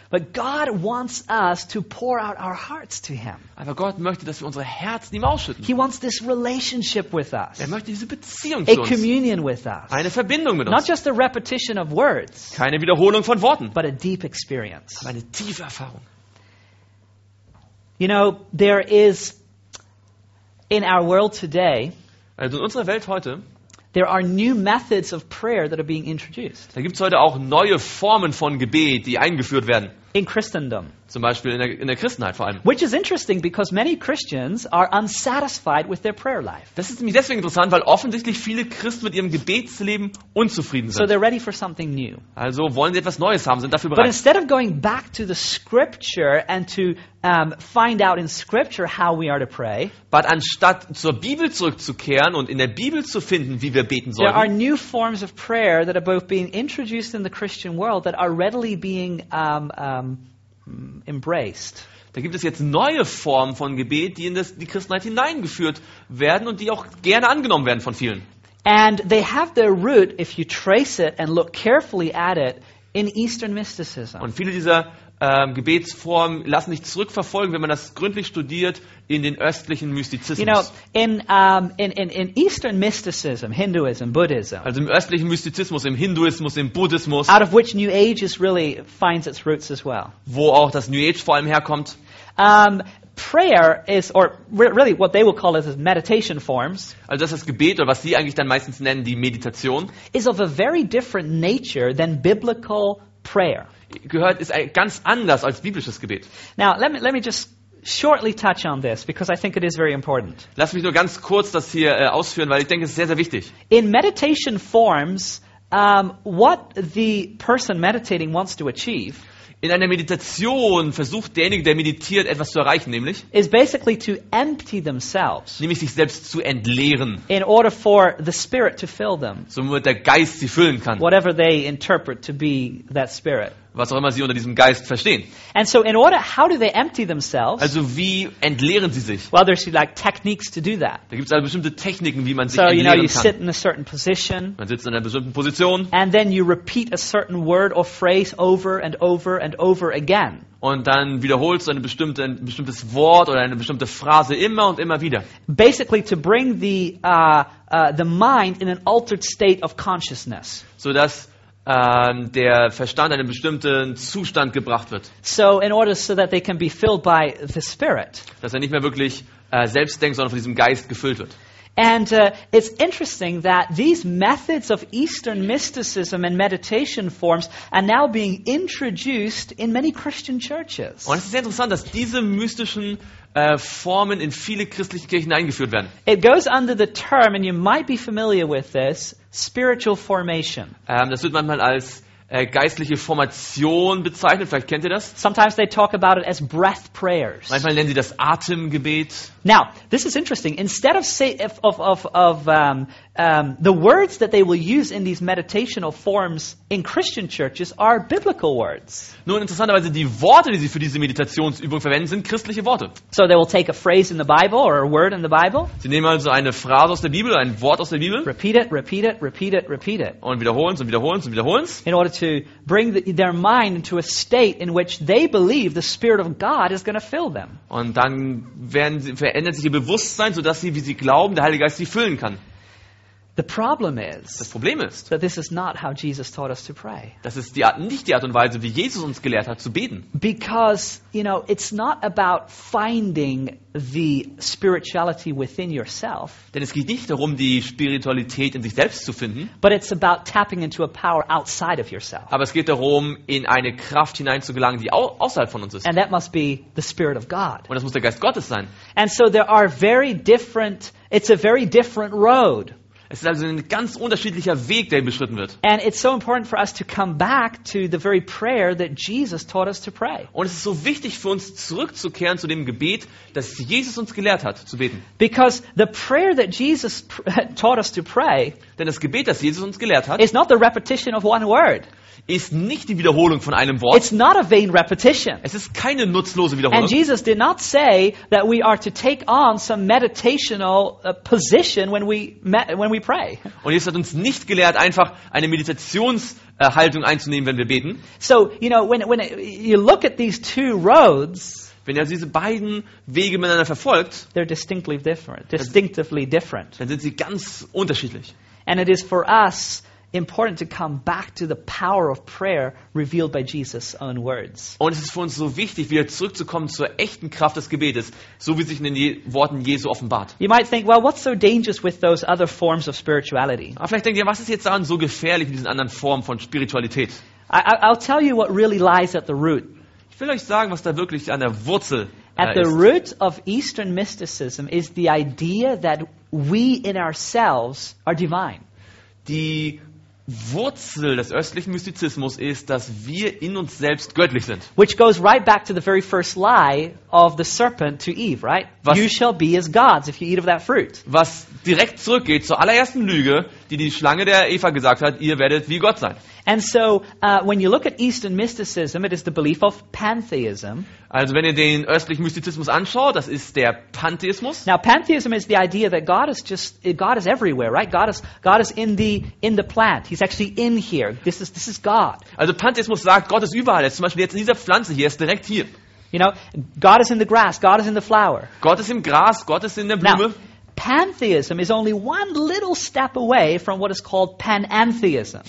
A: But God wants us to pour out our hearts to Him.
B: Aber Gott möchte, dass wir unsere Herzen ihm ausschütten.
A: He wants this relationship with us,
B: Er möchte diese Beziehung
A: a
B: zu uns.
A: communion with us.
B: Eine Verbindung mit
A: Not
B: uns.
A: just a repetition of words,
B: Keine Wiederholung von Worten.
A: but a deep experience.
B: Aber eine tiefe Erfahrung.
A: You know, there is, in our world today,
B: Also in unserer Welt heute,
A: there are new methods of prayer that are being introduced.
B: da gibt es heute auch neue Formen von Gebet, die eingeführt werden.
A: in Christendom.
B: Zum Beispiel in der, in der Christenheit vor allem.
A: Which is interesting because many Christians are unsatisfied with their prayer life.
B: Das ist nämlich deswegen interessant, weil offensichtlich viele Christen mit ihrem Gebetsleben unzufrieden
A: So
B: sind.
A: they're ready for something new.
B: Also wollen sie etwas Neues haben, sind dafür
A: But
B: bereit.
A: instead of going back to the scripture and to um, find out in scripture how we are to pray,
B: Aber anstatt zur Bibel zurückzukehren und in der Bibel zu finden, wie wir beten
A: there are
B: sollen,
A: new forms of prayer that are both being introduced in the Christian world that are readily being um, um, mm, embraced.
B: da gibt es jetzt neue Formen von Gebet, die in das, die Christenheit hineingeführt werden und die auch gerne angenommen werden von vielen.
A: And they have their root, if you trace it and look carefully at it, in Eastern mysticism.
B: Und viele dieser ähm, Gebetsformen lassen sich zurückverfolgen, wenn man das gründlich studiert, in den östlichen Mystizismus.
A: You know, in, um, in, in, in Eastern mysticism, Hinduism, Buddhism,
B: also im östlichen Mystizismus, im Hinduismus, im Buddhismus,
A: out of which New Age is really finds its roots as well.
B: wo auch das New Age vor allem herkommt.
A: Um, prayer is, or re- really what they will call it as meditation forms,
B: Also das ist das Gebet, oder was sie eigentlich dann meistens nennen, die Meditation,
A: is of a very different nature than biblical prayer.
B: gehört, ist ein- ganz anders als biblisches Gebet.
A: Now, let me, let me just shortly touch on this because I think it is very important.
B: Lass mich nur ganz kurz das hier äh, ausführen, weil ich denke, es ist sehr, sehr wichtig.
A: In meditation forms, um, what the person meditating wants to achieve
B: In einer Meditation versucht derjenige, der meditiert, etwas zu erreichen, nämlich,
A: is basically to empty themselves
B: nämlich sich selbst zu entleeren,
A: in order for the Spirit to fill them,
B: somit der Geist sie füllen kann,
A: whatever they interpret to be that Spirit.
B: was auch immer sie unter diesem Geist verstehen.
A: And so, in order, how do they empty themselves?
B: Also wie entleeren sie sich?
A: Well, there's like techniques to do that.
B: Da gibt es also bestimmte Techniken, wie man sich
A: So, you know,
B: entleeren
A: you
B: kann.
A: sit in a certain position,
B: Man sitzt in einer bestimmten Position
A: and then you repeat a certain word or phrase over and over and over again.
B: und dann wiederholst du eine bestimmte, ein bestimmtes Wort oder eine bestimmte Phrase immer und immer wieder.
A: Basically, to bring the, uh, uh, the mind in an altered state of consciousness.
B: sodass ähm, der Verstand in einen bestimmten Zustand gebracht wird,
A: So, in order so that they can be filled by the Spirit.
B: dass er nicht mehr wirklich äh, selbst denkt, sondern von diesem Geist gefüllt wird.
A: And uh, it's interesting that these methods of Eastern mysticism and meditation forms are now being introduced in many Christian churches.
B: Und es ist sehr interessant, dass diese mystischen äh, Formen in viele christliche Kirchen eingeführt werden.
A: It goes under the term, and you might be familiar with this, spiritual formation.
B: Ähm, das wird manchmal als äh, geistliche Formation bezeichnet, vielleicht kennt ihr das.
A: Sometimes they talk about it as breath prayers.
B: Manchmal nennen sie das Atemgebet.
A: Now, this is interesting. Instead of say, of of of, of um, um, the words that they will use in these meditational forms in Christian churches are biblical words.
B: Nun, interessanterweise, die Worte, die sie für diese Meditationsübung verwenden, sind christliche Worte.
A: So they will take a phrase in the Bible or a word in the Bible,
B: Sie nehmen also eine Phrase aus der Bibel, ein Wort aus der Bibel
A: repeat it, repeat it, repeat it, repeat it,
B: und wiederholen es und wiederholen es und wiederholen es.
A: in order to bring the, their mind into a state in which they believe the Spirit of God is going to fill them.
B: Und dann werden sie, verändert sich ihr Bewusstsein, sodass sie, wie sie glauben, der Heilige Geist sie füllen kann.
A: The problem is
B: Das Problem ist,
A: that this is not how Jesus taught us to pray.
B: das ist die Art, nicht die Art und Weise, wie Jesus uns gelehrt hat, zu beten.
A: Because, you know, it's not about finding the spirituality within yourself,
B: Denn es geht nicht darum, die Spiritualität in sich selbst zu finden,
A: but it's about tapping into a power outside of yourself.
B: aber es geht darum, in eine Kraft hineinzugelangen, die au außerhalb von uns ist.
A: And that must be the Spirit of God.
B: Und das muss der Geist Gottes sein.
A: And so there are very different, it's a very different road.
B: Es ist also ein ganz unterschiedlicher Weg, der beschritten wird.
A: And it's so important for us to come back to the very prayer that Jesus taught us to pray.
B: Und es ist so wichtig für uns, zurückzukehren zu dem Gebet, das Jesus uns gelehrt hat, zu beten.
A: Because the prayer that Jesus pr- [LAUGHS] taught us to pray
B: Denn das Gebet, das Jesus uns gelehrt hat,
A: is not the repetition of one word.
B: ist nicht die Wiederholung von einem Wort.
A: It's not a vain repetition.
B: Es ist keine nutzlose Wiederholung.
A: And Jesus did not say that we are to take on some meditational uh, position when we met, when we pray.
B: Und Jesus hat uns nicht gelehrt, einfach eine Meditationshaltung einzunehmen, wenn wir beten.
A: So you know when when it, you look at these two roads,
B: Wenn ihr also diese beiden Wege miteinander verfolgt,
A: they're distinctly different, distinctively different.
B: dann sind sie ganz unterschiedlich.
A: And it is for us important to come back to the power of prayer revealed by Jesus' own words.
B: Und es ist für uns so wichtig, wieder zurückzukommen zur echten Kraft des Gebetes, so wie sich in den Je Worten Jesu offenbart.
A: You might think, well, what's so dangerous with those other forms of spirituality?
B: Aber vielleicht denkt ihr, was ist jetzt daran so gefährlich mit diesen anderen Formen von Spiritualität?
A: I, I, I'll tell you what really lies at the root.
B: Ich will euch sagen, was da wirklich an der Wurzel
A: At
B: äh,
A: the
B: ist.
A: root of Eastern mysticism is the idea that we in ourselves are divine.
B: Die Wurzel des östlichen Mystizismus ist, dass wir in uns selbst göttlich sind.
A: Which goes right back to the very first lie of the serpent to Eve, right?
B: Was-
A: You shall be as gods if you eat of that fruit.
B: Was direkt zurückgeht zur allerersten Lüge, die die Schlange der Eva gesagt hat, ihr werdet wie Gott sein.
A: And so, uh, when you look at Eastern mysticism, it is the belief of pantheism.
B: Also wenn ihr den östlichen Mystizismus anschaut, das ist der Pantheismus.
A: Now, pantheism is the idea that God is just God is everywhere, right? God is God is in the in the plant. He's actually in here. This is this is God.
B: Also Pantheismus sagt, Gott ist überall. Er ist zum Beispiel jetzt in dieser Pflanze hier, er ist direkt hier.
A: You know, God is in the grass. God is in the flower.
B: Gott ist im Gras, Gott ist in der Blume.
A: Now, pantheism is only one little step away from what is called panentheism.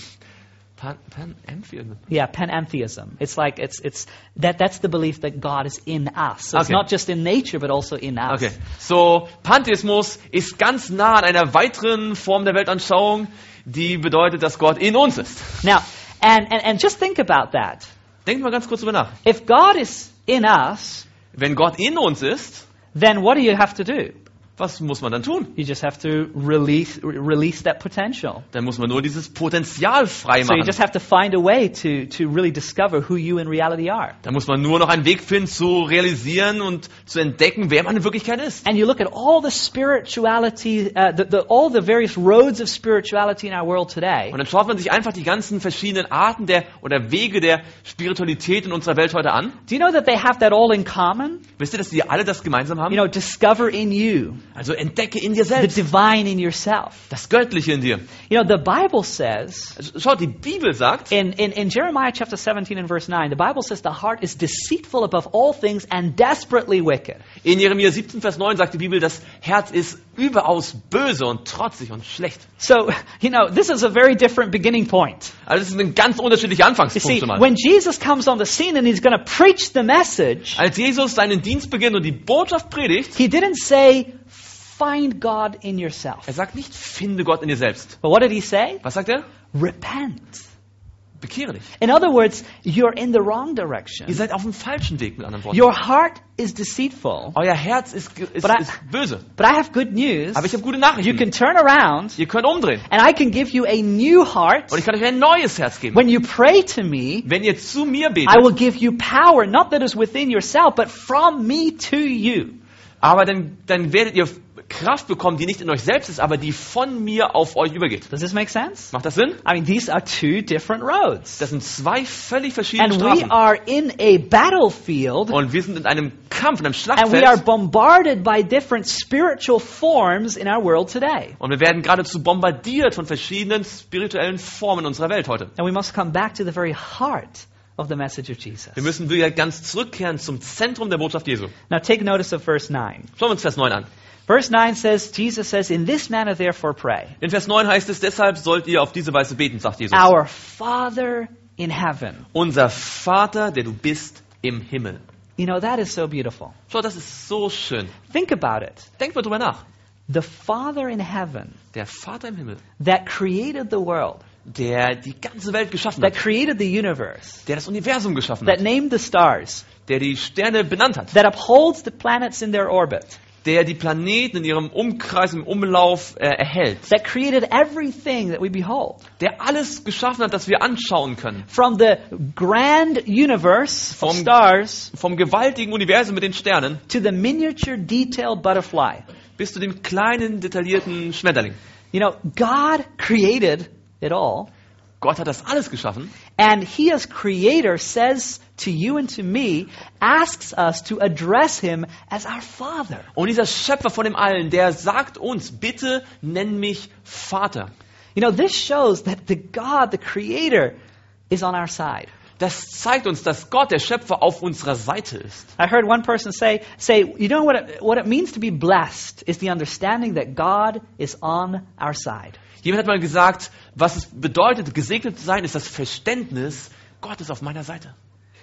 B: Pan, Pantheismus.
A: Yeah, panentheism. It's like it's it's that that's the belief that God is in us. So It's
B: Okay.
A: not just in nature, but also in us.
B: Okay, so Pantheismus ist ganz nah an einer weiteren Form der Weltanschauung, die bedeutet, dass Gott in uns ist.
A: Now, and, and and just think about that.
B: Denkt mal ganz kurz drüber nach.
A: If God is in us,
B: Wenn Gott in uns ist,
A: then what do you have to do?
B: was muss man dann tun?
A: You just have to release re- release that potential.
B: Dann muss man nur dieses Potenzial
A: So you
B: freimachen.
A: just have to find a way to to really discover who you in reality are.
B: Dann muss man nur noch einen Weg finden, zu realisieren und zu entdecken, wer man in Wirklichkeit ist.
A: And you look at all the spirituality, uh, the, the, all the various roads of spirituality in our world today,
B: Und dann schaut man sich einfach die ganzen verschiedenen Arten der oder Wege der Spiritualität in unserer Welt heute an.
A: do you know that they have that all in common?
B: Wisst ihr, dass die alle das gemeinsam
A: You
B: haben?
A: know, discover in you
B: Also entdecke in dir
A: the
B: selbst
A: divine in yourself.
B: das Göttliche in dir.
A: You know, the Bible says
B: Also Schaut, die Bibel sagt,
A: in, in, in Jeremiah chapter 17 and verse 9, the Bible says the heart is deceitful above all things and desperately wicked.
B: In Jeremia 17, Vers 9 sagt die Bibel, das Herz ist überaus böse und trotzig und schlecht.
A: So, [LAUGHS] you know, this is a very different beginning point.
B: Also das ist ein ganz unterschiedlicher
A: You
B: Anfangspunkt
A: see,
B: schon mal.
A: when Jesus comes on the scene and he's going to preach the message,
B: Als Jesus seinen Dienst beginnt und die Botschaft predigt,
A: he didn't say, find God in yourself.
B: er sagt nicht, finde Gott in dir selbst.
A: But what did he say?
B: Was sagt er?
A: Repent.
B: Bekehre dich.
A: In other words, you're in the wrong
B: Ihr
A: direction.
B: seid auf dem falschen Weg, mit anderen Worten.
A: Your heart is deceitful.
B: Euer Herz ist, ge- ist,
A: But I-
B: ist böse.
A: But I have good news.
B: Aber ich habe gute
A: You
B: Nachrichten.
A: can turn around
B: Ihr könnt umdrehen.
A: and I can give you a new heart.
B: Und ich kann euch ein neues Herz geben.
A: When you pray to me,
B: Wenn ihr zu mir
A: I
B: betet,
A: will give you power, not that is within yourself, but from me to you.
B: aber dann, dann werdet ihr Kraft bekommen, die nicht in euch selbst ist, aber die von mir auf euch übergeht.
A: Does this make sense?
B: Macht das Sinn?
A: I mean, these are two different roads.
B: Das sind zwei völlig verschiedene
A: And we
B: Straßen.
A: are in a battlefield
B: Und wir sind in einem Kampf, in einem
A: and we are
B: Schlachtfeld.
A: bombarded by different spiritual forms in our world today.
B: Und wir werden geradezu bombardiert von verschiedenen spirituellen Formen unserer Welt heute.
A: And we must come back to the very heart of the message of Jesus.
B: Wir müssen wieder ganz zurückkehren zum Zentrum der Botschaft Jesu.
A: Now take notice of verse 9.
B: Schauen wir uns Vers 9 an.
A: Verse 9 says, Jesus says, In this manner therefore pray,
B: In Vers 9 heißt es, deshalb sollt ihr auf diese Weise beten, sagt Jesus.
A: Our Father in heaven.
B: Unser Vater, der du bist im Himmel.
A: You know, that is so beautiful.
B: Schau, das ist so schön.
A: Think about it.
B: Denkt mal drüber nach.
A: The Father in heaven
B: Der Vater im Himmel,
A: that created the world,
B: der die ganze Welt geschaffen
A: that
B: hat,
A: created the universe,
B: der das Universum geschaffen
A: that
B: hat,
A: named the stars,
B: der die Sterne benannt hat,
A: that upholds the planets in their orbit,
B: der die Planeten in ihrem Umkreis, im Umlauf äh, erhält.
A: that created everything that we behold.
B: der alles geschaffen hat, das wir anschauen können.
A: From the grand universe of
B: Vom-
A: stars
B: Vom gewaltigen Universum mit den Sternen
A: to the miniature detailed butterfly.
B: bis zu dem kleinen, detaillierten Schmetterling.
A: You know, God created it all,
B: Gott hat das alles geschaffen
A: and He, as creator, says to you and to me, asks us to address Him as our Father.
B: und dieser Schöpfer von dem Allen, der sagt uns, bitte nenn mich Vater.
A: You know, this shows that the God, the creator, is on our side.
B: Das zeigt uns, dass Gott, der Schöpfer, auf unserer Seite ist.
A: I heard one person say, say, you know what it, what it means to be blessed is the understanding that God is on our side.
B: Jemand hat mal gesagt, was es bedeutet, gesegnet zu sein, ist das Verständnis, Gott ist auf meiner Seite.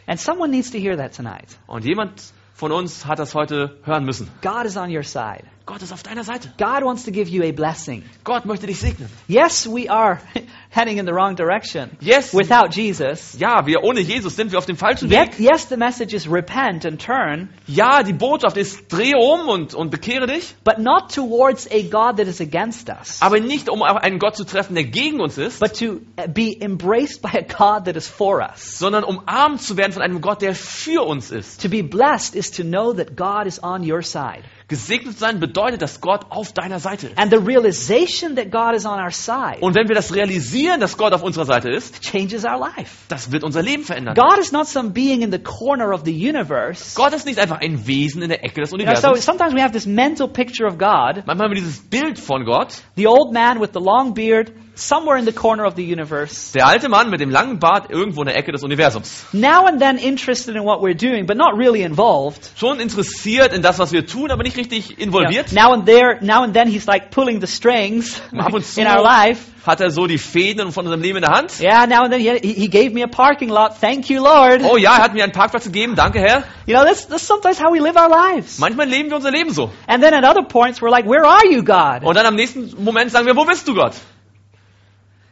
A: And someone needs to hear that tonight.
B: Und jemand von uns hat das heute hören müssen.
A: God is on your side.
B: Gott ist auf deiner Seite.
A: God wants to give you a blessing.
B: Gott möchte dich segnen.
A: Yes, we are [LAUGHS] heading in the wrong direction.
B: Yes,
A: Without Jesus,
B: ja, wir ohne Jesus sind wir auf dem falschen
A: yet,
B: Weg.
A: yes, the message is repent and turn,
B: Ja, die Botschaft ist, drehe um und, und bekehre dich,
A: but not towards a God that is against us,
B: aber nicht, um einen Gott zu treffen, der gegen uns ist,
A: but to be embraced by a God that is for us.
B: sondern umarmt zu werden von einem Gott, der für uns ist.
A: To be blessed is to know that God is on your side.
B: Gesegnet sein bedeutet, dass Gott auf deiner Seite ist.
A: And the realization that God is on our side
B: Und wenn wir das realisieren, dass Gott auf unserer Seite ist,
A: changes our life.
B: das wird unser Leben verändern.
A: God is not some being in the corner of the universe.
B: Gott ist nicht einfach ein Wesen in der Ecke des
A: You know, so
B: Universums.
A: sometimes we have this mental picture of God,
B: Manchmal haben wir dieses Bild von Gott.
A: the old man with the long beard, somewhere in the corner of the universe,
B: Der alte Mann mit dem langen Bart irgendwo in der Ecke des Universums.
A: now and then interested in what we're doing, but not really involved.
B: Schon interessiert in das, was wir tun, aber nicht richtig
A: You know,
B: involviert.
A: now and there, now and then he's like pulling the strings
B: Ab und zu
A: in our life.
B: hat er so die Fäden von unserem Leben in der Hand.
A: Yeah, now and then he, he gave me a parking lot. Thank you, Lord.
B: Oh ja, er hat mir einen Parkplatz gegeben, danke Herr.
A: You know, that's, that's sometimes how we live our lives.
B: Manchmal leben wir unser Leben so.
A: And then at other points, we're like, where are you, God?
B: Und dann am nächsten Moment sagen wir, wo bist du Gott?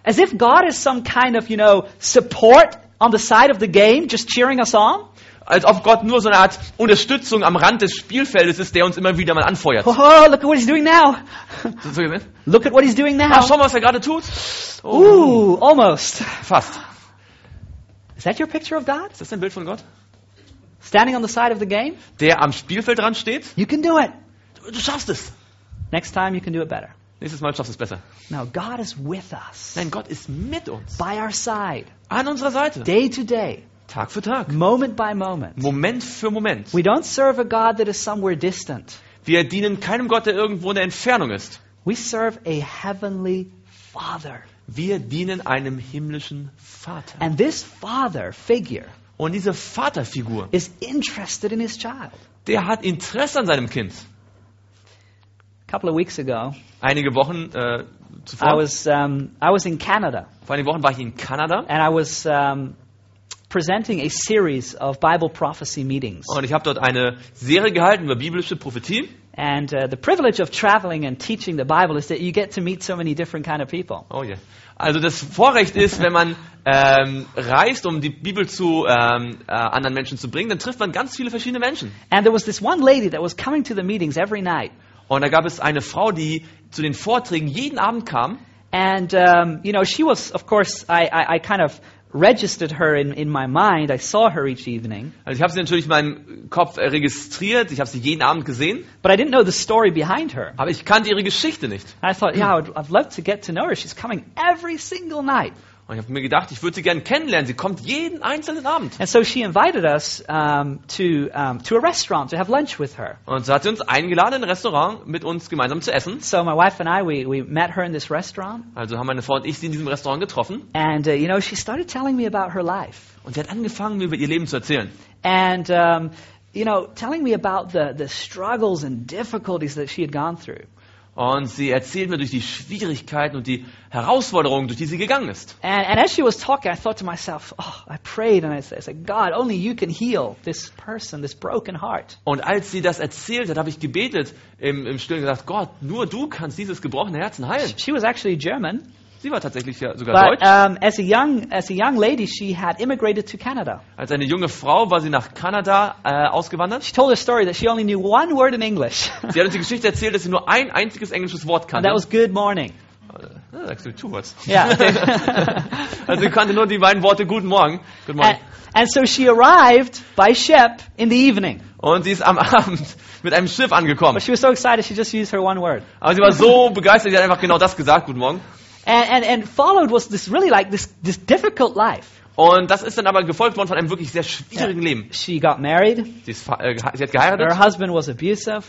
A: As if God is some kind of, you know, support on the side of the game, just cheering us on.
B: Als ob Gott nur so eine Art Unterstützung am Rand des Spielfeldes ist, der uns immer wieder mal anfeuert.
A: Oh, look at what he's doing now. [LAUGHS]
B: So- so gesehen?
A: look at what he's doing
B: Ah,
A: now.
B: schau mal, was er gerade tut. Oh,
A: Ooh, almost.
B: fast.
A: Is that your picture of God?
B: Ist das ein Bild von Gott?
A: Standing on the side of the game?
B: Der am Spielfeldrand steht?
A: You can do it.
B: Du du schaffst es.
A: Next time you can do it better.
B: Nächstes Mal schaffst du es besser.
A: Now, God is with us,
B: Nein, Gott ist mit uns.
A: by our side,
B: An unserer Seite.
A: day to day,
B: Tag für Tag.
A: moment by moment.
B: Moment für Moment.
A: We don't serve a God that is somewhere distant.
B: Wir dienen keinem Gott, der irgendwo in der Entfernung ist.
A: We serve a heavenly Father.
B: Wir dienen einem himmlischen Vater.
A: And this Father figure
B: Und diese Vaterfigur,
A: is interested in his child.
B: der hat Interesse an seinem Kind.
A: A couple of weeks ago,
B: Einige Wochen äh,
A: I
B: zuvor,
A: was, um, I was in Canada
B: vor einigen Wochen war ich in Kanada
A: and I was um, presenting a series of Bible prophecy meetings.
B: und ich habe dort eine Serie gehalten über biblische Prophetie.
A: And uh, the privilege of traveling and teaching the Bible is that you get to meet so many different kind of people.
B: Oh yeah. Also das Vorrecht ist, wenn man ähm, reist, um die Bibel zu ähm, äh, anderen Menschen zu bringen, dann trifft man ganz viele verschiedene Menschen.
A: And there was this one lady that was coming to the meetings every night.
B: Und da gab es eine Frau, die zu den Vorträgen jeden Abend kam.
A: And, um, you know, she was, of course, I, I, I kind of registered her in, in my mind. I saw her each evening.
B: Also ich habe sie natürlich in meinem Kopf äh, registriert, ich habe sie jeden Abend gesehen,
A: But I didn't know the story behind her.
B: aber ich kannte ihre Geschichte nicht.
A: I thought, yeah, I'd, I'd love to get to know her. She's coming every single night.
B: Und ich habe mir gedacht, ich würde sie gerne kennenlernen. Sie kommt jeden einzelnen Abend.
A: And so she invited us um, to, um, to a restaurant to have lunch with her.
B: Und so hat sie uns eingeladen, in ein Restaurant mit uns gemeinsam zu essen.
A: So my wife and I, we, we met her in this restaurant.
B: Also haben meine Frau und ich sie in diesem Restaurant getroffen.
A: And, uh, you know, she started telling me about her life.
B: Und sie hat angefangen, mir über ihr Leben zu erzählen.
A: And, um, you know, telling me about the, the struggles and difficulties that she had gone through.
B: Und sie erzählt mir durch die Schwierigkeiten und die Herausforderungen, durch die sie gegangen ist.
A: And, and as she was talking, I thought to myself, oh, I prayed and I said, I said, God, only you can heal this person, this broken heart.
B: Und als sie das erzählt hat, habe ich gebetet im, im Stillen gesagt, Gott, nur du kannst dieses gebrochene Herzen heilen.
A: She was actually German.
B: Sie war tatsächlich ja sogar
A: But
B: deutsch.
A: um, as a young as a young lady, she had immigrated to Canada.
B: Als eine junge Frau war sie nach Kanada äh, ausgewandert.
A: She told her story that she only knew one word in English, [LAUGHS]
B: Sie hat uns die Geschichte erzählt, dass sie nur ein einziges englisches Wort
A: and
B: kannte.
A: that was "Good morning."
B: Ah, sagst du, two words.
A: [LAUGHS] Yeah.
B: Also sie kannte nur die beiden Worte Guten Morgen. Guten Morgen.
A: and, and so she arrived by ship in the evening.
B: Und sie ist am [LAUGHS] Abend mit einem Schiff angekommen.
A: But she was so excited, she just used her one word.
B: Aber sie war so begeistert, sie hat einfach genau das gesagt, Guten Morgen.
A: And and, and followed was this really like this this difficult life.
B: Und das ist dann aber gefolgt worden von einem wirklich sehr schwierigen Leben.
A: She got married.
B: Sie, ist, ver- äh, gehe- sie
A: Her
B: hat geheiratet.
A: husband was abusive.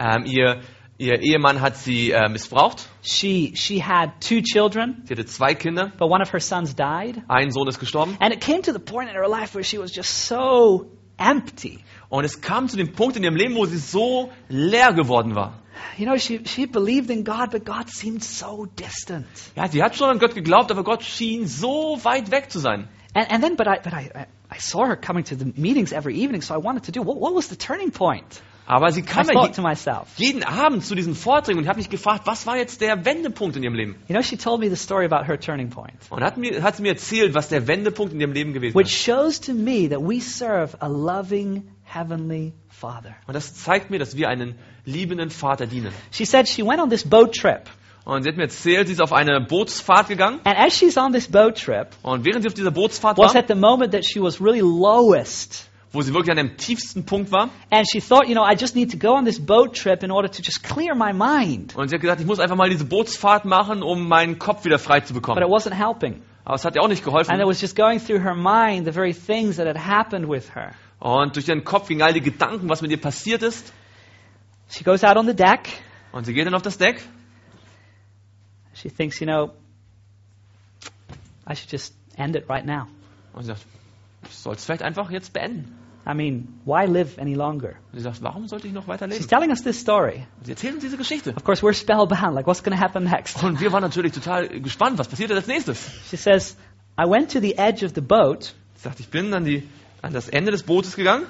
B: Ähm, ihr, ihr Ehemann hat sie äh, missbraucht.
A: She she had two children,
B: Sie hatte zwei Kinder.
A: but one of her sons died.
B: Ein Sohn ist gestorben.
A: And it came to the point in her life where she was just so empty.
B: Und es kam zu dem Punkt in ihrem Leben, wo sie so leer geworden war.
A: You know, she, she believed in God, but God seemed so distant.
B: Ja, sie hat schon an Gott geglaubt, aber Gott schien so weit weg zu sein.
A: And, and then, but, I, but I, I- I saw her coming to the meetings every evening, so I wanted to do, what, what was the turning point?
B: Aber sie
A: I
B: kam ja
A: thought to
B: je,
A: myself,
B: jeden Abend zu diesen Vorträgen und ich habe mich gefragt, was war jetzt der Wendepunkt in ihrem Leben?
A: you know, she told me the story about her turning point,
B: Und hat, mir, hat sie mir erzählt, was der Wendepunkt in ihrem Leben gewesen
A: which
B: ist.
A: shows to me that we serve a loving heavenly Father.
B: Und das zeigt mir, dass wir einen liebenden Vater dienen.
A: She said she went on this boat trip,
B: Und sie hat mir erzählt, sie ist auf eine Bootsfahrt gegangen.
A: and as she's on this boat trip,
B: Und während sie auf dieser Bootsfahrt
A: was
B: war,
A: at the moment that she was really lowest.
B: wo sie wirklich an dem tiefsten Punkt war,
A: And she thought, you know, I just need to go on this boat trip in order to just clear my mind.
B: und sie hat gesagt, ich muss einfach mal diese Bootsfahrt machen, um meinen Kopf wieder frei zu
A: But it
B: bekommen.
A: wasn't helping.
B: Aber es hat ihr auch nicht
A: And it
B: geholfen.
A: was just going through her mind the very things that had happened with her.
B: Und durch ihren Kopf gingen all die Gedanken, was mit ihr passiert ist.
A: She goes out on the deck.
B: Und sie geht dann auf das Deck
A: She thinks, you know, I should just end it right now.
B: und sie sagt, ich soll es vielleicht einfach jetzt beenden.
A: I mean, why live any longer?
B: Und sie sagt, warum sollte ich noch
A: She's
B: weiterleben?
A: telling us this story.
B: Und sie erzählt uns diese Geschichte.
A: Of course, we're [LAUGHS] spellbound. Like, what's going to happen next?
B: Und wir waren natürlich total gespannt, was passiert denn als nächstes.
A: She says, I went to the edge of the boat,
B: Sie sagt, ich bin an, die, an das Ende des Bootes gegangen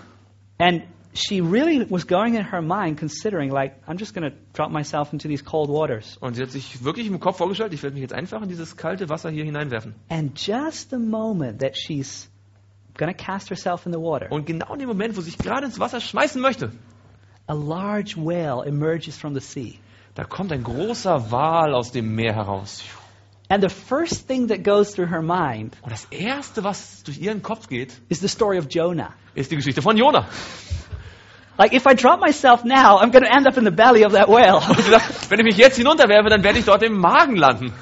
A: and she really was going in her mind considering, like, I'm just going to drop myself into these cold waters.
B: und sie hat sich wirklich im Kopf vorgestellt, ich werde mich jetzt einfach in dieses kalte Wasser hier hineinwerfen.
A: And just the moment that she's going to cast herself in the water,
B: Und genau in dem Moment, wo sie sich gerade ins Wasser schmeißen möchte,
A: a large whale emerges from the sea.
B: da kommt ein großer Wal aus dem Meer heraus.
A: And the first thing that goes through her mind
B: Und das Erste, was durch ihren Kopf geht,
A: is the story of Jonah.
B: ist die Geschichte von Jona.
A: Like, if I drop myself now, I'm going to end up in the belly of that whale. [LAUGHS]
B: Und sie sagt, wenn ich mich jetzt hinunterwerfe, dann werde ich dort im Magen landen.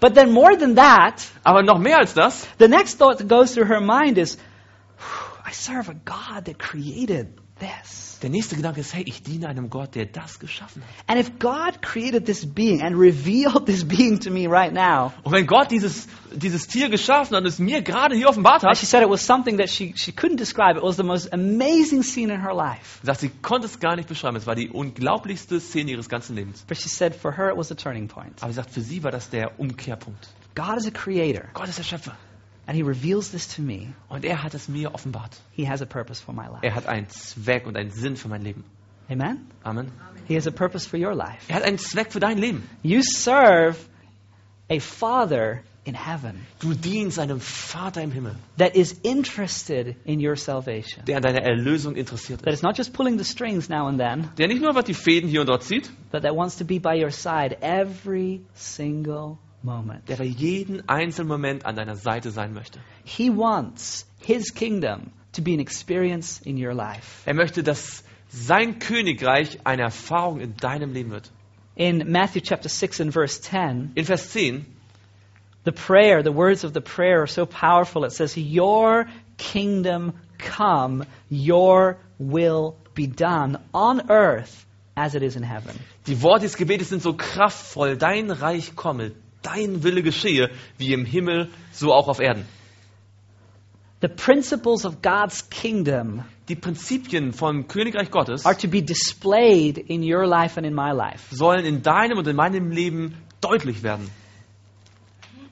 A: but then, more than that,
B: Aber noch mehr als das,
A: the next thought that goes through her mind is, "Whew, I serve a God that created this.
B: der nächste Gedanke ist, hey, ich diene einem Gott, der das geschaffen hat.
A: And if God created this being and revealed [LAUGHS] this being to me right now,
B: Und wenn Gott dieses, dieses Tier geschaffen hat und es mir gerade hier offenbart
A: and
B: hat,
A: she said it was something that she, she couldn't describe. It was the most amazing scene in her life.
B: sagt, sie konnte es gar nicht beschreiben. Es war die unglaublichste Szene ihres ganzen Lebens.
A: But she said for her it was a turning point.
B: Aber sie sagt, für sie war das der Umkehrpunkt.
A: God is a creator,
B: Gott ist der Schöpfer.
A: and He reveals this to me.
B: Und er hat es mir offenbart.
A: He has a purpose for my life.
B: Er hat einen Zweck und einen Sinn für mein Leben.
A: Amen?
B: Amen.
A: He has a purpose for your life.
B: Er hat einen Zweck für dein Leben.
A: You serve a Father in heaven
B: Du dienst einem Vater im Himmel,
A: that is interested in your salvation,
B: der an deiner Erlösung interessiert
A: that
B: ist.
A: is not just pulling the strings now and then,
B: Der nicht nur was die Fäden hier und dort zieht,
A: but that wants to be by your side every single moment.
B: der bei jeden einzelnen Moment an deiner Seite sein möchte.
A: He wants His kingdom to be an experience in your life.
B: Er möchte, dass sein Königreich eine Erfahrung in deinem Leben wird.
A: In Matthew chapter 6 and verse 10,
B: In Vers 10
A: the prayer, the words of the prayer are so powerful. It says, Your kingdom come, your will be done on earth as it is in heaven.
B: Die Worte des Gebetes sind so kraftvoll. Dein Reich komme, dein Wille geschehe, wie im Himmel, so auch auf Erden.
A: The principles of God's kingdom
B: Die Prinzipien vom Königreich Gottes
A: are to be displayed in your life and in my life.
B: sollen in deinem und in meinem Leben deutlich werden.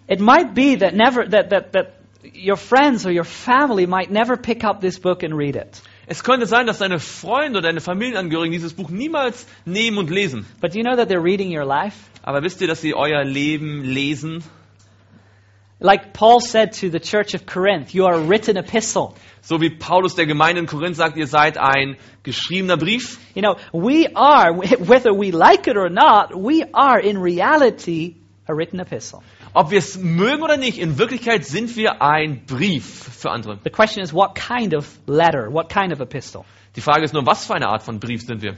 A: It might be that never that, that, that your friends or your family might never pick up this book and read it.
B: Es könnte sein, dass deine Freunde oder deine Familienangehörigen dieses Buch niemals nehmen und lesen.
A: But do you know that they're reading your life?
B: Aber wisst ihr, dass sie euer Leben lesen?
A: Like Paul said to the church of Corinth, you are a written epistle.
B: So wie Paulus der Gemeinde in Korinth sagt, ihr seid ein geschriebener Brief.
A: You know, we are, [LAUGHS] whether we like it or not, we are in reality a written epistle.
B: Ob wir es mögen oder nicht, in Wirklichkeit sind wir ein Brief für andere.
A: The question is, what kind of letter, what kind of epistle?
B: Die Frage ist nur, was für eine Art von Brief sind wir?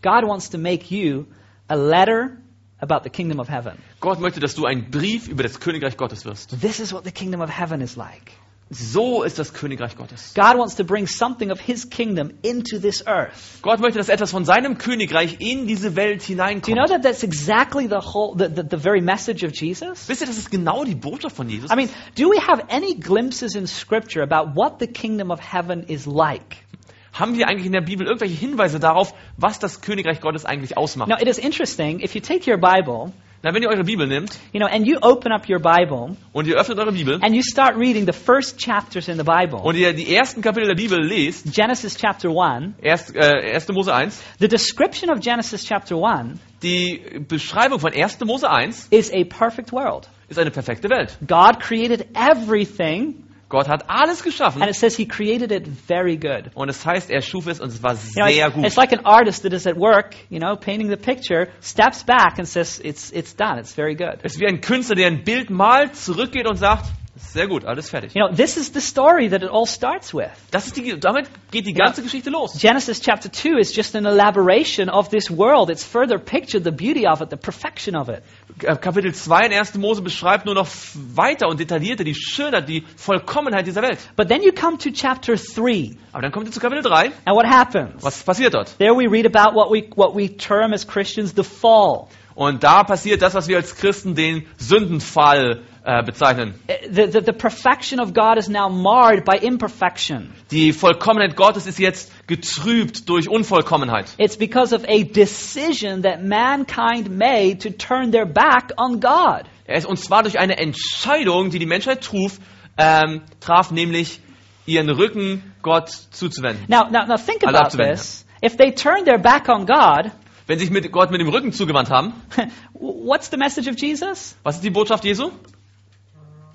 A: God wants to make you a letter about the kingdom of heaven.
B: Gott möchte, dass du ein Brief über das Königreich Gottes wirst.
A: This is what the kingdom of heaven is like.
B: So ist das Königreich Gottes.
A: God wants to bring something of his kingdom into this earth.
B: Gott möchte, dass etwas von seinem Königreich in diese Welt
A: Do you know
B: hineinkommt.
A: that that's exactly the whole, the, the, the very message of Jesus?
B: Wisst ihr, das ist genau die Botschaft von Jesus.
A: I mean, do we have any glimpses in scripture about what the kingdom of heaven is like?
B: Haben wir eigentlich in der Bibel irgendwelche Hinweise darauf, was das Königreich Gottes eigentlich ausmacht?
A: Now, it is interesting, if you take your Bible
B: Na, wenn ihr eure Bibel nehmt
A: You know, and you open up your Bible
B: und ihr öffnet eure Bibel
A: and you start reading the first chapters in the Bible.
B: und ihr die ersten Kapitel der Bibel lest,
A: Genesis chapter 1.
B: erst, äh, 1. Mose 1,
A: The description of Genesis chapter 1
B: die Beschreibung von 1. Mose 1
A: is a perfect world.
B: ist eine perfekte Welt.
A: God created everything,
B: Gott hat alles
A: and
B: geschaffen
A: it says He created it very good.
B: und es heißt, er schuf es und es war
A: You know,
B: sehr
A: it's,
B: gut.
A: it's like an artist that is at work, you know, painting the picture, steps back and says, "It's it's done. It's very good."
B: Es ist wie ein Künstler, der ein Bild malt, zurückgeht und sagt, sehr gut, alles fertig.
A: You know, this is the story that it all starts with.
B: Das ist die, damit geht die ganze Geschichte los.
A: Genesis chapter 2 is just an elaboration of this world. It's further pictured the beauty of it, the perfection of it.
B: Äh, Kapitel 2 in 1. Mose beschreibt nur noch weiter und detaillierter die Schönheit, die Vollkommenheit dieser Welt.
A: But then you come to chapter 3,
B: Aber dann kommt ihr zu Kapitel 3.
A: and what happens?
B: Was passiert dort?
A: There we read about what we, what we term as Christians the fall.
B: Und da passiert das, was wir als Christen den Sündenfall äh, bezeichnen.
A: Uh, The, the, the perfection of God is now marred by imperfection.
B: Die Vollkommenheit Gottes ist jetzt getrübt durch Unvollkommenheit.
A: It's because of a decision that mankind made to turn their back on God.
B: Er ist- Und zwar durch eine Entscheidung, die die Menschheit truf, ähm, traf, nämlich ihren Rücken Gott zuzuwenden.
A: Now, now, now think
B: I'll
A: about
B: have to end
A: this. If they turn their back on God, [LAUGHS]
B: Wenn sich mit Gott mit dem Rücken zugewandt haben,
A: what's the message of Jesus?
B: was ist die Botschaft Jesu?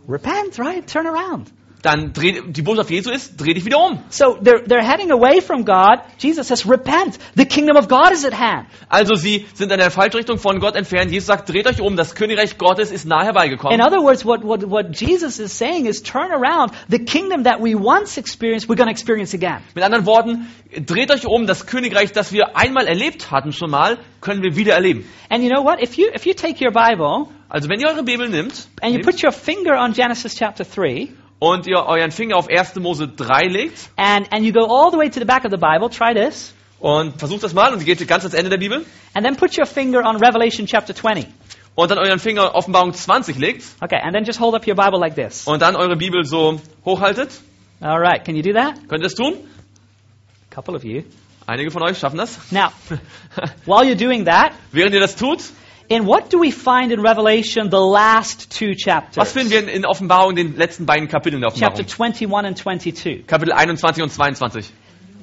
A: Repent, right? Turn around.
B: Dann dreh, die Botschaft Jesu ist, dreh dich wieder um.
A: So they're, they're heading away from God. Jesus says, repent. The kingdom of God is at hand.
B: Also sie sind in der Falschrichtung von Gott entfernt. Jesus sagt, dreht euch um, das Königreich Gottes ist nahe
A: In
B: herbeigekommen.
A: other words, what, what, what Jesus is saying is turn around. The kingdom that we once experienced, we're going to experience again.
B: Mit anderen Worten, dreht euch um, das Königreich, das wir einmal erlebt hatten schon mal, können wir wieder erleben.
A: And you know what? If you, if you take your Bible
B: Also wenn ihr eure Bibel nimmt
A: and you put your finger on Genesis chapter 3
B: und ihr euren Finger auf 1. Mose 3 legt
A: and, and you go all the way to the back of the Bible, try this,
B: und versucht das mal und geht ganz ans Ende der Bibel
A: and then put your finger on Revelation chapter 20.
B: und dann euren Finger auf Offenbarung 20 legt
A: Okay, and then just hold up your Bible like this.
B: und dann eure Bibel so hochhaltet,
A: All right, can you do that?
B: könnt ihr das tun?
A: A couple of you.
B: Einige von euch schaffen das. [LAUGHS]
A: Now, while you're doing that,
B: Während ihr das tut,
A: in what do we find in Revelation the last two
B: was
A: chapters?
B: finden wir in- in Offenbarung, den letzten beiden Kapiteln der
A: Chapter
B: Offenbarung?
A: 21 and 22.
B: Kapitel 21 und 22.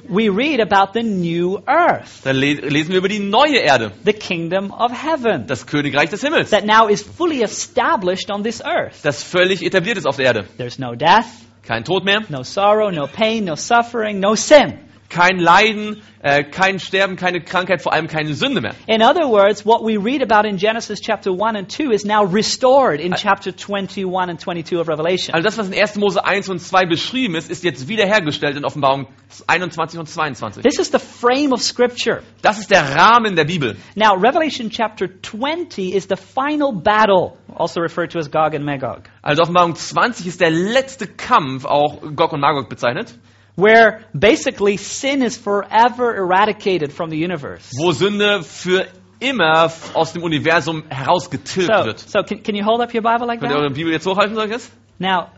A: We read about the new earth,
B: Dann le lesen wir über die neue Erde,
A: the kingdom of heaven,
B: das Königreich des Himmels,
A: that now is fully established on this earth.
B: das völlig etabliert ist auf der Erde.
A: There's no death,
B: Kein Tod mehr,
A: no sorrow, no pain, no suffering, no sin.
B: kein Leiden, äh, kein Sterben, keine Krankheit, vor allem keine Sünde mehr.
A: In other words, what we read about in Genesis chapter 1 and 2 is now restored in chapter 21 and 22 of Revelation.
B: Also das, was in 1. Mose 1 und 2 beschrieben ist, ist jetzt wiederhergestellt in Offenbarung 21 und 22.
A: This is the frame of Scripture.
B: Das ist der Rahmen der Bibel.
A: Now, Revelation chapter 20 is the final battle, also referred to as Gog and Magog,
B: Also Offenbarung 20 ist der letzte Kampf, auch Gog und Magog bezeichnet,
A: where basically sin is forever eradicated from the universe.
B: wo Sünde für immer aus dem Universum herausgetilgt
A: So,
B: wird.
A: so can, can you hold up your Bible like
B: Könnt ihr
A: that?
B: eure Bibel jetzt hochhalten, sag ich jetzt?
A: Now,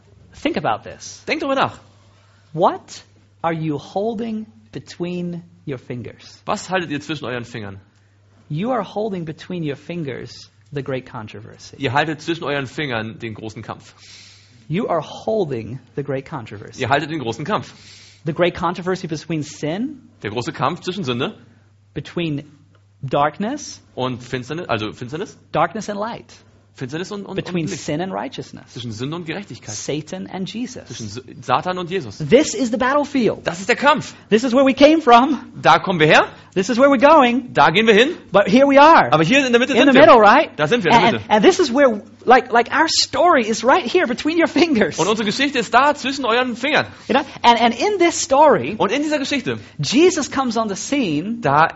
A: think about this.
B: Denkt darüber nach.
A: What are you holding between your fingers?
B: Was haltet ihr zwischen euren Fingern?
A: You are holding between your fingers the great controversy.
B: Ihr haltet zwischen euren Fingern den großen Kampf.
A: You are holding the great controversy.
B: Ihr haltet den großen Kampf.
A: The great controversy between sin,
B: Der große Kampf zwischen Sünde
A: between darkness,
B: und Finsternis, also Finsternis,
A: darkness and licht.
B: Finsternis und, und,
A: between
B: und Licht.
A: sin and righteousness,
B: zwischen Sünde und Gerechtigkeit,
A: Satan and
B: zwischen
A: Jesus.
B: S- Satan und Jesus.
A: This is the battlefield.
B: Das ist der Kampf.
A: This is where we came from.
B: Da kommen wir her,
A: This is where we're going.
B: da gehen wir hin,
A: But here we are.
B: aber hier in der Mitte
A: In
B: sind
A: the middle,
B: wir.
A: right?
B: Da sind wir in der
A: And,
B: Mitte.
A: and this is where, like, like our story is right here between your fingers.
B: Und unsere Geschichte ist da zwischen euren Fingern.
A: You know? and, and in this story,
B: Und in dieser Geschichte,
A: Jesus comes on the scene.
B: da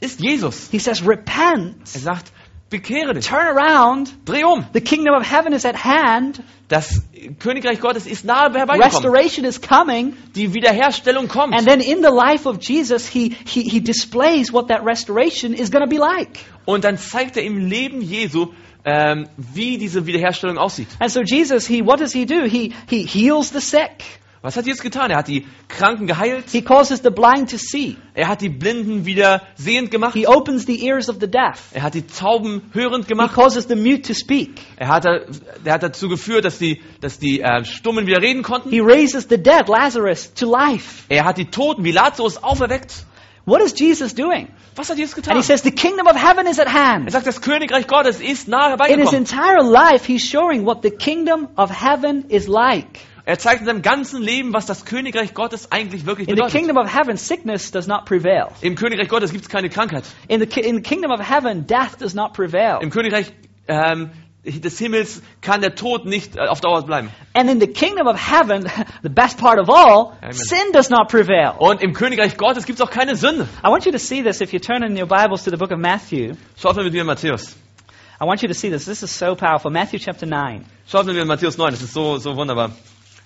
B: ist Jesus.
A: He says, Repent,
B: Er sagt, bekehre dich,
A: turn around.
B: dreh um.
A: The kingdom of heaven is at hand.
B: Das Königreich Gottes ist nahe herbeigekommen.
A: Restoration is coming.
B: Die Wiederherstellung kommt.
A: And then in the life of Jesus, he, he, he displays what that restoration is going to be like.
B: Und dann zeigt er im Leben Jesu, ähm, wie diese Wiederherstellung aussieht.
A: And so Jesus, he what does he do? He he heals the sick.
B: Was hat Jesus getan? Er hat die Kranken geheilt,
A: He causes the blind to see.
B: er hat die Blinden wieder sehend gemacht,
A: He opens the ears of the deaf.
B: er hat die Tauben hörend
A: He
B: gemacht,
A: causes the mute to speak.
B: er hat, da- er hat dazu geführt, dass die, dass die äh, Stummen wieder reden konnten,
A: He raises the dead, Lazarus, to life.
B: er hat die Toten wie Lazarus auferweckt.
A: What is Jesus doing?
B: Was hat Jesus
A: And
B: getan?
A: he says, The kingdom of heaven is at
B: Er
A: hand.
B: sagt, das Königreich Gottes ist nahe
A: In his
B: herbeigekommen.
A: entire life, he's showing what the kingdom of heaven is like.
B: Er zeigt in seinem ganzen Leben, was das Königreich Gottes eigentlich wirklich
A: In the
B: bedeutet.
A: kingdom of heaven, sickness does not prevail.
B: Im Königreich Gottes gibt es keine Krankheit.
A: In the, ki- in the kingdom of heaven, death does not prevail.
B: Im Königreich ähm, des Himmels kann der Tod nicht äh, auf Dauer bleiben.
A: And in the kingdom of heaven, [LAUGHS] the best part of all,
B: Amen.
A: sin does not prevail.
B: Und im Königreich Gottes gibt es auch keine Sünde.
A: I want you to see this if you turn in your Bibles to the book of Matthew.
B: Schaut mal mit mir in Matthäus.
A: I want you to see this. This is so powerful. Matthew chapter 9.
B: Schaut mal mit mir in Matthäus 9. Das ist so, so wunderbar.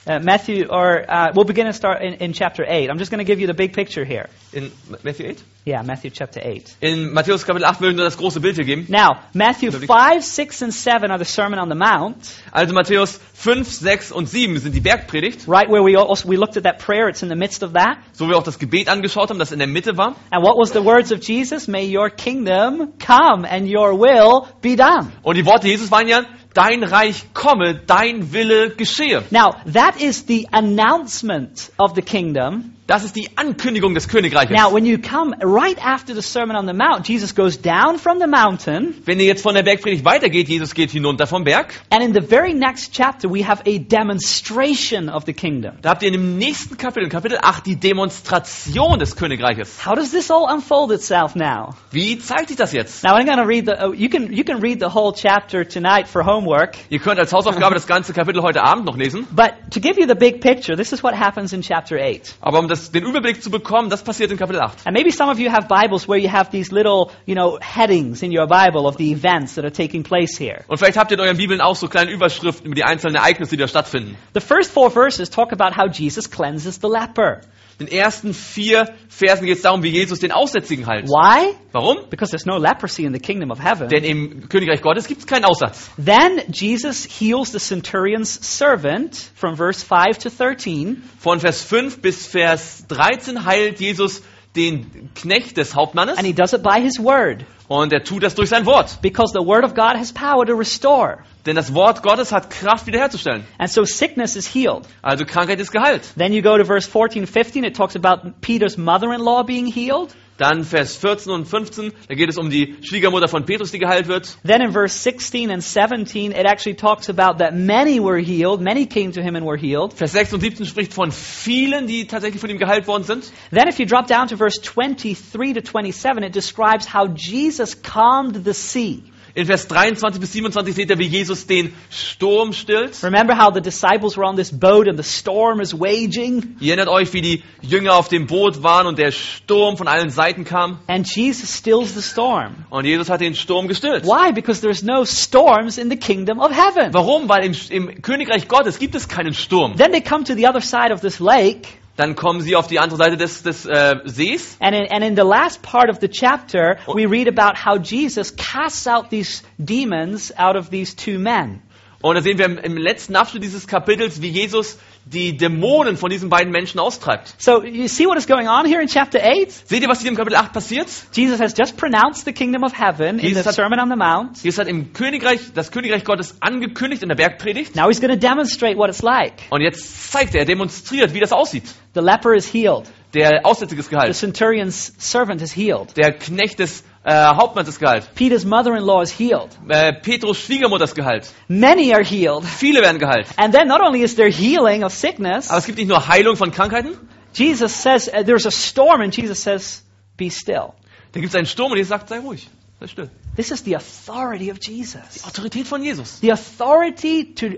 A: Uh, Matthew, or uh, we'll begin and start in, in chapter 8. I'm just going to give you the big picture here.
B: In Matthew 8?
A: Yeah, Matthew chapter 8.
B: In Matthäus Kapitel 8 will ich nur das große Bild hier geben.
A: Now, Matthew
B: Lovely.
A: 5, 6, and 7 are the Sermon on the Mount,
B: Also Matthäus 5, 6 und 7 sind die Bergpredigt,
A: right where we also we looked at that prayer. It's in the midst of that.
B: so wir auch das Gebet angeschaut haben, das in der Mitte war.
A: And what was the words of Jesus? May your kingdom come and your will be done.
B: Und die Worte Jesus waren ja, dein Reich komme, dein Wille geschehe.
A: Now, that is the announcement of the kingdom.
B: Das ist die Ankündigung des Königreiches.
A: Now, when you come right after the Sermon on the Mount, Jesus goes down from the mountain,
B: Wenn ihr jetzt von der Bergpredigt weitergeht, Jesus geht hinunter vom Berg,
A: and in the very next chapter, we have a demonstration of the kingdom.
B: da habt ihr in dem nächsten Kapitel, in Kapitel 8, die Demonstration des Königreiches.
A: How does this all unfold itself now?
B: Wie zeigt sich das jetzt?
A: Now I'm going to read the. oh, you can you can read the whole chapter tonight for homework.
B: Ihr könnt als Hausaufgabe das ganze Kapitel heute Abend noch lesen.
A: But to give you the big picture, this is what happens in chapter eight.
B: Aber um das, den Überblick zu bekommen, das passiert in Kapitel 8.
A: And maybe some of you have Bibles where you have these little, you know, headings in your Bible of the events that are taking place here.
B: Und vielleicht habt ihr in euren Bibeln auch so kleine Überschriften über die einzelnen Ereignisse, die da stattfinden.
A: The first four verses talk about how Jesus cleanses the leper.
B: In den ersten vier Versen geht es darum, wie Jesus den Aussätzigen heilt.
A: Why?
B: Warum?
A: Because there's no leprosy in the kingdom of heaven.
B: Denn im Königreich Gottes gibt es keinen Aussatz.
A: Then Jesus heals the centurion's servant from verse 5 to 13.
B: Von Vers 5 bis Vers 13 heilt Jesus den Knecht des Hauptmannes
A: And he does it by his word.
B: und er tut das durch sein Wort.
A: Because the word of God has power to restore.
B: Denn das Wort Gottes hat Kraft wiederherzustellen.
A: And so sickness is healed.
B: Also Krankheit ist geheilt.
A: Then you go to verse 14, 15, it talks about Peter's mother in law being healed.
B: Dann Vers 14 und 15, da geht es um die Schwiegermutter von Petrus, die geheilt wird.
A: Then in verse 16 and 17, it actually talks about that many were healed, many came to him and were healed.
B: Vers 6 und 17 spricht von vielen, die tatsächlich von ihm geheilt worden sind.
A: Then if you drop down to verse 23 to 27, it describes how Jesus calmed the sea.
B: In Vers 23 bis 27 seht ihr, wie Jesus den Sturm stillt.
A: Remember how the disciples were on this boat and the storm is waging?
B: Ihr erinnert euch, wie die Jünger auf dem Boot waren und der Sturm von allen Seiten kam.
A: And Jesus stills the storm.
B: Und Jesus hat den Sturm gestillt.
A: Why? Because there's no storms in the kingdom of heaven.
B: Warum? Weil im, im Königreich Gottes gibt es keinen Sturm.
A: Then they come to the other side of this lake,
B: Dann kommen sie auf die andere Seite des, des äh, Sees.
A: and in, and in the last part of the chapter, we read about how Jesus casts out these demons out of these two men.
B: Und da sehen wir im, im letzten Abschnitt dieses Kapitels, wie Jesus die Dämonen von diesen beiden Menschen austreibt.
A: So you see what is going on here in chapter 8?
B: Seht ihr, was hier im Kapitel 8 passiert?
A: Jesus has just pronounced the kingdom of heaven in
B: Jesus
A: the
B: hat-
A: Sermon on the Mount.
B: Jesus hat im Königreich, das Königreich Gottes angekündigt in der Bergpredigt.
A: Now he's going to demonstrate what it's like.
B: Und jetzt zeigt er, demonstriert, wie das aussieht.
A: The leper is healed.
B: Der Aussätzige ist
A: The
B: geheilt.
A: centurion's servant is healed.
B: Der Knecht des äh, Hauptmanns ist geheilt.
A: Peter's mother-in-law is healed.
B: Äh, Petrus Schwiegermutter ist geheilt.
A: Many are healed.
B: Viele werden geheilt.
A: And then not only is there healing of sickness,
B: Aber es gibt nicht nur Heilung von Krankheiten.
A: Jesus says uh, there's a storm and Jesus says be still.
B: Da gibt es einen Sturm und Jesus sagt, sei ruhig. Sei still.
A: This is the authority of Jesus.
B: Autorität von Jesus.
A: The authority to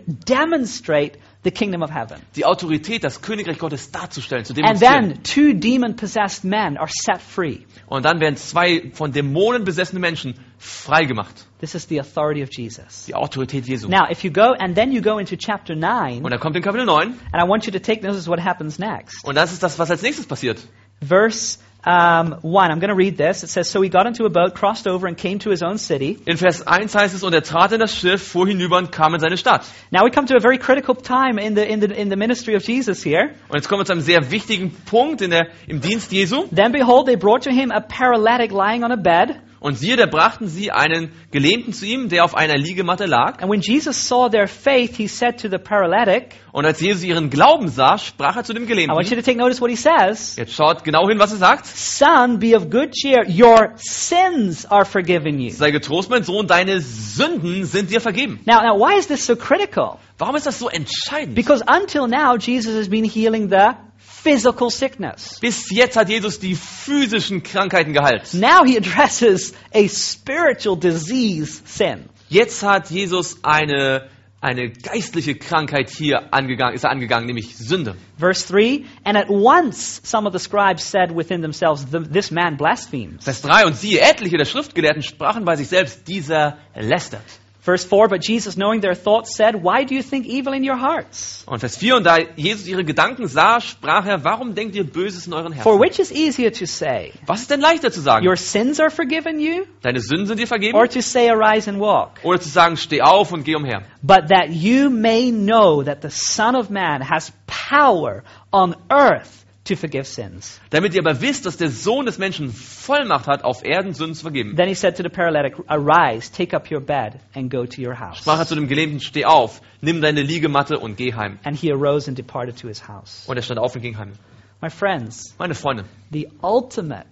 A: demonstrate the kingdom of heaven.
B: Die Autorität, das Königreich Gottes darzustellen, zu
A: And
B: demonstrieren.
A: then two demon possessed men are set free.
B: Und dann werden zwei von Dämonen besessene Menschen freigemacht.
A: This is the authority of Jesus.
B: Die Autorität Jesu.
A: Now, if you go and then you go into chapter 9,
B: Und
A: and
B: dann kommt in Kapitel 9
A: I want you to take notice of what happens next.
B: und das ist das, was als nächstes passiert.
A: Verse um, 1. I'm going to read this. It says, So he got into a boat, crossed over, and came to his own city.
B: In Vers 1 heißt es, und er trat in das Schiff, fuhr hinüber und kam in seine Stadt.
A: Now we come to a very critical time in the, in the, in the ministry of Jesus here.
B: Und jetzt kommen wir zu einem sehr wichtigen Punkt in der, im Dienst Jesu.
A: Then behold, they brought to him a paralytic lying on a bed.
B: Und siehe, da brachten sie einen Gelähmten zu ihm, der auf einer Liegematte lag.
A: And when Jesus saw their faith, he said to the paralytic,
B: Und als Jesus ihren Glauben sah, sprach er zu dem
A: I want you
B: Gelähmten.
A: to take notice what he says.
B: Jetzt schaut genau hin, was er sagt.
A: Son, be of good cheer. Your sins are forgiven you.
B: Sei getrost, mein Sohn, deine Sünden sind dir vergeben.
A: Now, now, why is this so critical?
B: Warum ist das so entscheidend?
A: Because until now, Jesus has been healing the physical sickness.
B: Bis jetzt hat Jesus die physischen Krankheiten geheilt.
A: Now he addresses a spiritual disease sin.
B: Jetzt hat Jesus eine, eine geistliche Krankheit hier angegangen, ist er angegangen, nämlich Sünde.
A: Verse 3 And at once some of the scribes said within themselves, "Th- This man blasphemes.
B: Vers 3, und siehe, etliche der Schriftgelehrten sprachen bei sich selbst, dieser lästert.
A: Verse 4 But Jesus, knowing their thoughts, said, Why do you think evil in your hearts?
B: Und Vers 4, und da Jesus ihre Gedanken sah, sprach er, warum denkt ihr Böses in euren
A: For
B: Herzen?
A: which is easier to say,
B: Was ist denn leichter zu sagen?
A: Your sins are forgiven you,
B: Deine Sünden sind dir vergeben?
A: or to say, Arise and walk?
B: Oder zu sagen, steh auf und geh umher.
A: But that you may know that the Son of Man has power on earth to forgive sins.
B: Damit ihr aber wisst, dass der Sohn des Menschen Vollmacht hat, auf Erden Sünden zu vergeben.
A: Then he said to the paralytic, Arise, take up your bed, and go to your house.
B: Sprach er zu dem Gelähmten, steh auf, nimm deine Liegematte und geh heim.
A: And he arose and departed to his house.
B: Und er stand auf und ging heim.
A: My friends,
B: Meine Freunde,
A: the ultimate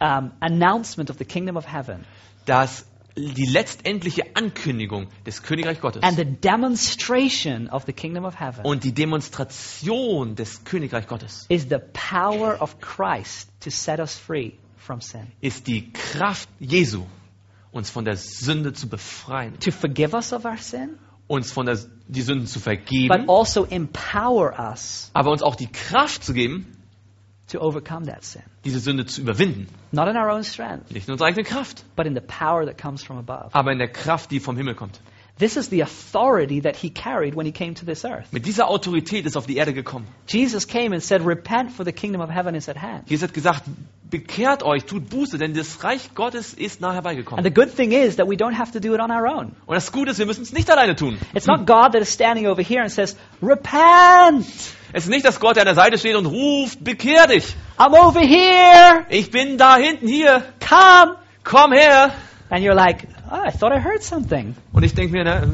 A: um, announcement of the kingdom of heaven
B: dass die letztendliche Ankündigung des Königreich Gottes
A: and the demonstration of the kingdom of heaven
B: und die Demonstration des Königreich Gottes
A: is the power of Christ to set us free from sin,
B: ist die Kraft Jesu, uns von der Sünde zu befreien,
A: to forgive us of our sin,
B: uns von der, die Sünden zu
A: but
B: vergeben,
A: also empower us
B: aber uns auch die Kraft zu geben,
A: to overcome that sin.
B: diese Sünde zu überwinden.
A: Not in our own strength,
B: Nicht in unserer eigenen Kraft,
A: but in the power that comes from above.
B: aber in der Kraft, die vom Himmel kommt.
A: This is the authority that he carried when he came to this earth.
B: Mit dieser Autorität ist er auf die Erde gekommen.
A: Jesus came and said, Repent, for the kingdom of heaven is at hand.
B: Jesus hat gesagt, bekehrt euch, tut Buße, denn das Reich Gottes ist nah
A: And
B: herbeigekommen.
A: the good thing is that we don't have to do it on our own.
B: Und das Gute ist, wir müssen es nicht alleine tun.
A: It's not God that is standing over here and says, Repent!
B: Es ist nicht, dass Gott, der an der Seite steht und ruft, bekehr dich.
A: I'm over here!
B: Ich bin da hinten hier.
A: Come!
B: Komm her.
A: And you're like, oh, I thought I heard something.
B: Und ich denke mir, na, äh,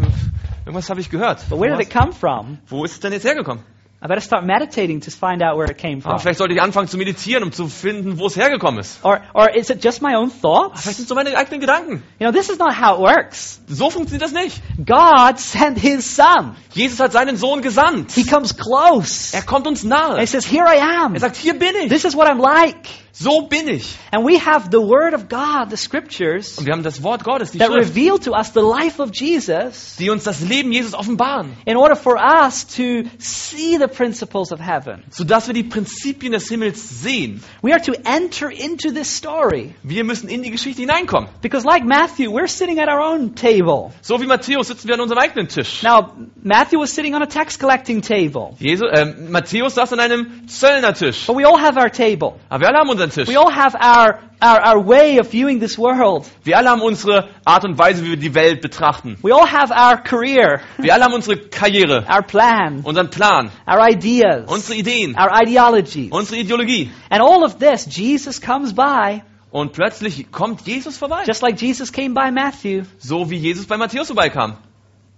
B: irgendwas habe ich gehört.
A: But where did it
B: Was?
A: come from?
B: Wo ist es denn jetzt hergekommen?
A: I better start meditating to find out where it came
B: Ah,
A: from.
B: vielleicht sollte ich anfangen zu meditieren, um zu finden, wo es hergekommen ist.
A: Or, or is it just my own
B: Ah, Vielleicht
A: thoughts?
B: sind es so meine eigenen Gedanken.
A: You know, this is not how it works.
B: So funktioniert das nicht.
A: God sent his son.
B: Jesus hat seinen Sohn gesandt.
A: He comes close.
B: Er
A: And
B: kommt uns nahe.
A: he says, Here I am.
B: Er sagt, hier bin ich.
A: This is what I'm like.
B: So bin ich.
A: And we have the Word of God, the Scriptures,
B: Und wir haben das Wort Gottes, die
A: that
B: Schrift,
A: reveal to us the life of Jesus
B: die uns das Leben Jesus offenbaren,
A: in order for us to see the principles of heaven.
B: sodass wir die Prinzipien des Himmels sehen.
A: We are to enter into this story.
B: Wir müssen in die Geschichte hineinkommen.
A: Because, like Matthew, we're sitting at our own table.
B: So wie Matthäus sitzen wir an unserem eigenen Tisch.
A: Now, Matthew was sitting on a tax collecting table.
B: Jesu, ähm, Matthäus saß an einem Zöllnertisch.
A: But we all have our table.
B: Aber wir alle haben unseren Tisch.
A: We all have our, our, our way of viewing this world.
B: Wir alle haben unsere Art und Weise, wie wir die Welt betrachten.
A: We all have our career,
B: Wir alle haben unsere Karriere,
A: our plan,
B: unseren Plan,
A: our ideas,
B: unsere Ideen,
A: our ideology.
B: unsere Ideologie.
A: And all of this, Jesus comes by,
B: Und plötzlich kommt Jesus vorbei.
A: just like Jesus came by Matthew.
B: So wie Jesus bei Matthäus vorbeikam.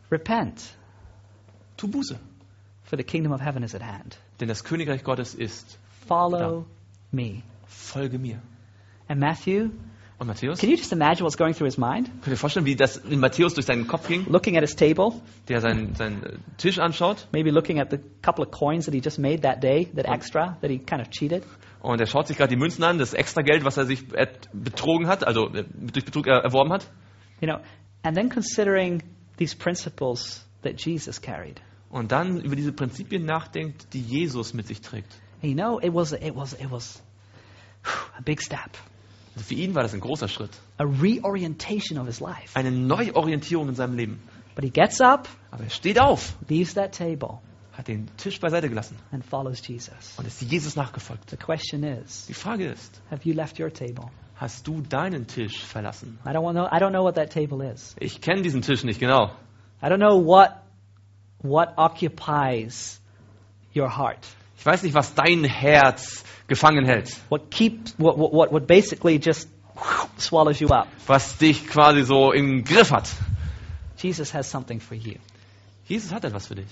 A: Repent,
B: Tu Buße.
A: for the kingdom of heaven is at hand.
B: Denn das Königreich Gottes ist,
A: Follow me.
B: folge mir.
A: And Matthew,
B: Und Matthäus?
A: can
B: Könnt
A: you just imagine what's going through his mind?
B: ihr vorstellen, wie das in Matthäus durch seinen Kopf ging,
A: Looking at his table,
B: der seinen, seinen äh, Tisch anschaut
A: maybe looking at the couple of coins that he just made that day, that extra, that he kind of cheated.
B: und er schaut sich gerade die Münzen an, das extra Geld, was er sich äh, betrogen hat, also äh, durch Betrug äh, erworben hat.
A: You know, and then considering these principles that Jesus carried.
B: Und dann über diese Prinzipien nachdenkt, die Jesus mit sich trägt.
A: And you know, it was it was it was whew, a big step,
B: Also für ihn war das ein großer Schritt.
A: a reorientation of his life.
B: Eine Neuorientierung in seinem Leben.
A: But he gets up,
B: Aber er steht auf,
A: leaves that table,
B: hat den Tisch beiseite gelassen
A: and follows Jesus.
B: und ist Jesus nachgefolgt.
A: The question is,
B: Die Frage ist,
A: have you left your table?
B: hast du deinen Tisch verlassen?
A: I don't know I don't know what that table is.
B: Ich kenne diesen Tisch nicht genau.
A: I don't know what what occupies your heart.
B: Ich weiß nicht, was dein Herz gefangen hält,
A: What keeps what what what, what basically just swallows you up.
B: was dich quasi so im Griff hat.
A: Jesus has something for you.
B: Jesus hat etwas für dich.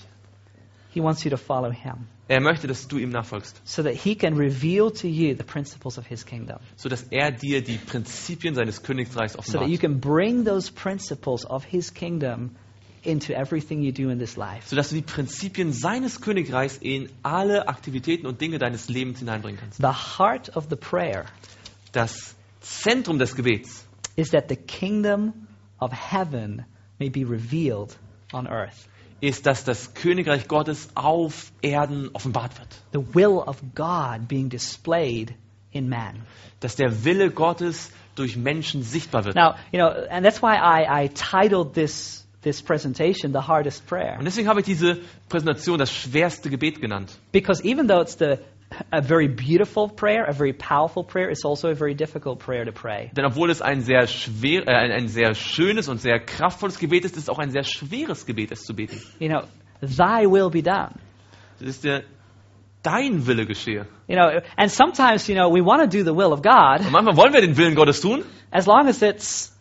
A: He wants you to follow him
B: Er möchte, dass du ihm nachfolgst,
A: so that he can reveal to you the principles of his kingdom.
B: sodass er dir die Prinzipien seines Königreichs
A: so that you
B: offenbart,
A: can bring those principles of his kingdom into everything you do in this life.
B: sodass du die Prinzipien seines Königreichs in alle Aktivitäten und Dinge deines Lebens hineinbringen kannst.
A: The heart of the prayer
B: Das Zentrum des Gebets
A: is that the kingdom of heaven may be revealed on earth.
B: ist, dass das Königreich Gottes auf Erden offenbart wird,
A: The will of God being displayed in man.
B: dass der Wille Gottes durch Menschen sichtbar wird.
A: Now, you know, and that's why I, I titled this this presentation the hardest prayer.
B: Und deswegen habe ich diese Präsentation das schwerste Gebet genannt.
A: Because even though it's the a very beautiful prayer, a very powerful prayer, it's also a very difficult prayer to pray.
B: Denn obwohl es ein sehr, schwer, äh, ein, ein sehr schönes und sehr kraftvolles Gebet ist, ist es auch ein sehr schweres Gebet, es zu beten.
A: You know, thy will be done.
B: Das ist der Dein Wille geschehe.
A: You know, and sometimes, you know, we want to do the will of God
B: Und manchmal wollen wir den Willen Gottes tun,
A: as long as it's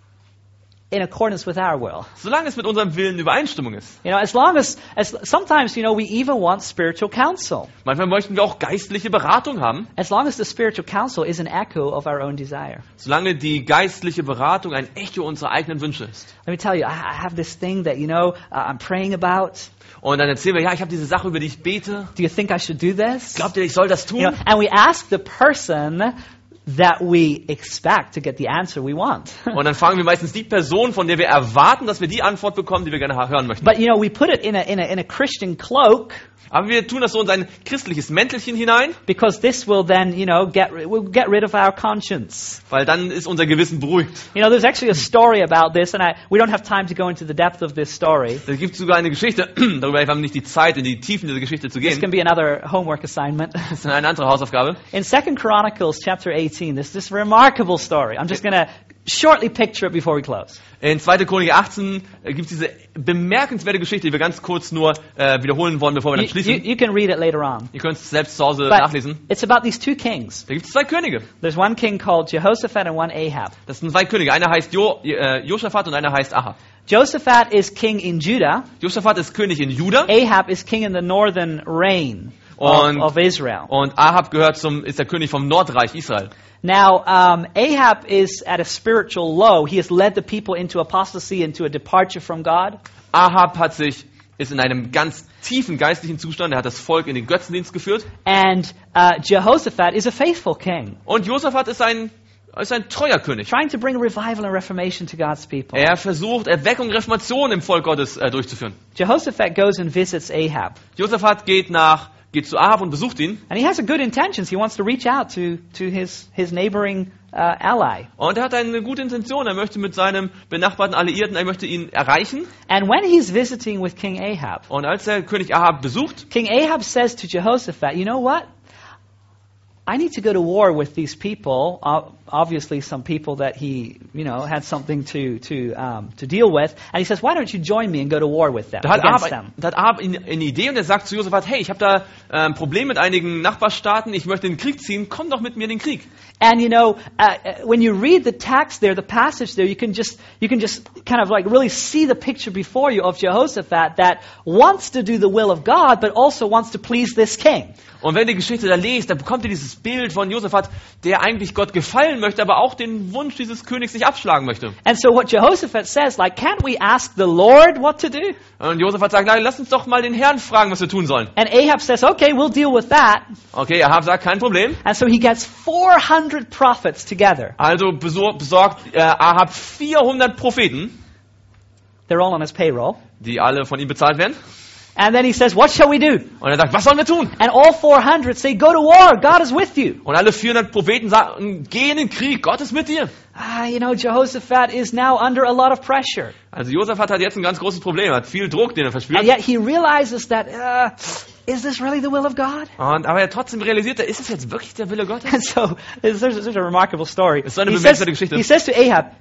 A: in accordance with our will.
B: solange es mit unserem Willen Übereinstimmung ist.
A: You know, as long as, as sometimes, you know, we even want spiritual counsel,
B: Manchmal möchten wir auch geistliche Beratung haben,
A: as long as the spiritual counsel is an echo of our own desire.
B: solange die geistliche Beratung ein Echo unserer eigenen Wünsche ist.
A: Let me tell you, I I have this thing that, you know, uh, I'm praying about.
B: Und dann erzählen wir, ja, ich habe diese Sache, über die ich bete.
A: Do you think I should do this?
B: Glaubt ihr, ich soll das tun?
A: You know, and we ask the person that we expect to get the answer we want. [LAUGHS]
B: Und dann fragen wir meistens die Person, von der wir erwarten, dass wir die Antwort bekommen, die wir gerne hören möchten.
A: but, you know, we put it in a, in a, in a Christian cloak
B: Aber wir tun das so in sein christliches Mäntelchen hinein,
A: because this will then, you know, get, ri- will get rid of our conscience.
B: weil dann ist unser Gewissen beruhigt.
A: You know, there's actually a story about this, and I, we don't have time to go into the depth of this story.
B: Da gibt es sogar eine Geschichte, [CLEARS THROAT] darüber haben wir nicht die Zeit, in die Tiefen dieser Geschichte zu
A: This
B: gehen.
A: can be another homework assignment. [LAUGHS]
B: Das ist eine andere Hausaufgabe.
A: In Second Chronicles chapter 18, there's this remarkable story. I'm just going to shortly picture it before we close.
B: In 2. Chronik 18 gibt es diese bemerkenswerte Geschichte, die wir ganz kurz nur äh, wiederholen wollen, bevor wir
A: You,
B: dann
A: you,
B: schließen.
A: you can read it later on.
B: Ihr könnt es selbst zu Hause
A: But
B: nachlesen.
A: it's about these two kings.
B: Da gibt es zwei Könige.
A: There's one king called Jehoshaphat and one Ahab.
B: Das sind zwei Könige. Einer heißt jo, äh, Josaphat und einer heißt Ahab.
A: Jehoshaphat is king in Judah.
B: Josaphat ist König in Juda
A: Ahab is king in the northern reign of,
B: Und-
A: of Israel.
B: und Ahab gehört zum, ist der König vom Nordreich Israel.
A: Now, um, Ahab is at a spiritual low. He has led the people into apostasy, into a departure from God.
B: Ahab hat sich, ist in einem ganz tiefen geistlichen Zustand. Er hat das Volk in den Götzendienst geführt.
A: And uh, Jehoshaphat is a faithful king,
B: Und Josaphat ist ein, ist ein treuer König.
A: trying to bring revival and reformation to God's people.
B: Er versucht, Erweckung, Reformation im Volk Gottes äh, durchzuführen.
A: Jehoshaphat goes and visits Ahab.
B: Josaphat geht nach, geht zu Ahab und besucht ihn.
A: And he has a good intentions. He wants to reach out to, to his, his neighboring uh, ally.
B: Und er hat eine gute Intention. Er möchte mit seinem benachbarten Alliierten, er möchte ihn erreichen.
A: And when he's visiting with King Ahab,
B: Und als er König Ahab besucht,
A: King Ahab says to Jehoshaphat, You know what? I need to go to war with these people. o- Obviously, some people that he, you know, had something to to um, to deal with. And he says, "Why don't you join me and go to war with them
B: da hat
A: against
B: Ahab,
A: them?"
B: da hat Ahab eine, eine Idee und er sagt zu Josaphat, hey, ich habe da äh, ein Problem mit einigen Nachbarstaaten, ich möchte in den Krieg ziehen, komm doch mit mir in den Krieg.
A: And you know, uh, uh, when you read the text there, the passage there, you can just you can just kind of like really see the picture before you of Jehoshaphat that wants to do the will of God, but also wants to please this king.
B: Und wenn ihr die Geschichte da lest, dann bekommt ihr dieses Bild von Josaphat, der eigentlich Gott gefallen möchte, aber auch den Wunsch dieses Königs nicht abschlagen möchte.
A: And so, what Jehoshaphat says, like, can't we ask the Lord what to do?
B: Und Josaphat sagt, nein, lass uns doch mal den Herrn fragen, was wir tun sollen.
A: And Ahab says, okay, we'll deal with that.
B: Okay, Ahab sagt, kein Problem.
A: And so he gets 400 prophets together.
B: Also besor- besorgt äh, Ahab 400 Propheten,
A: They're all on his payroll.
B: die alle von ihm bezahlt werden.
A: And then he says, what shall we do?
B: Und er sagt, was sollen wir tun?
A: And all 400 say, go to war. God is with you.
B: Und alle 400 Propheten sagen, geh in den Krieg, Gott ist mit dir.
A: Ah, you know, Jehoshaphat is now under a lot of pressure.
B: halt Also Josaphat hat jetzt ein ganz großes Problem, hat viel Druck, den er
A: And
B: verspürt.
A: yet he realizes that, uh, is this really the will of God? [LAUGHS]
B: Und, aber er trotzdem realisiert, ist es jetzt wirklich der Wille Gottes?
A: And so it's such, such a remarkable story.
B: Es ist eine
A: he, says,
B: bemerkenswerte Geschichte.
A: he says to Ahab,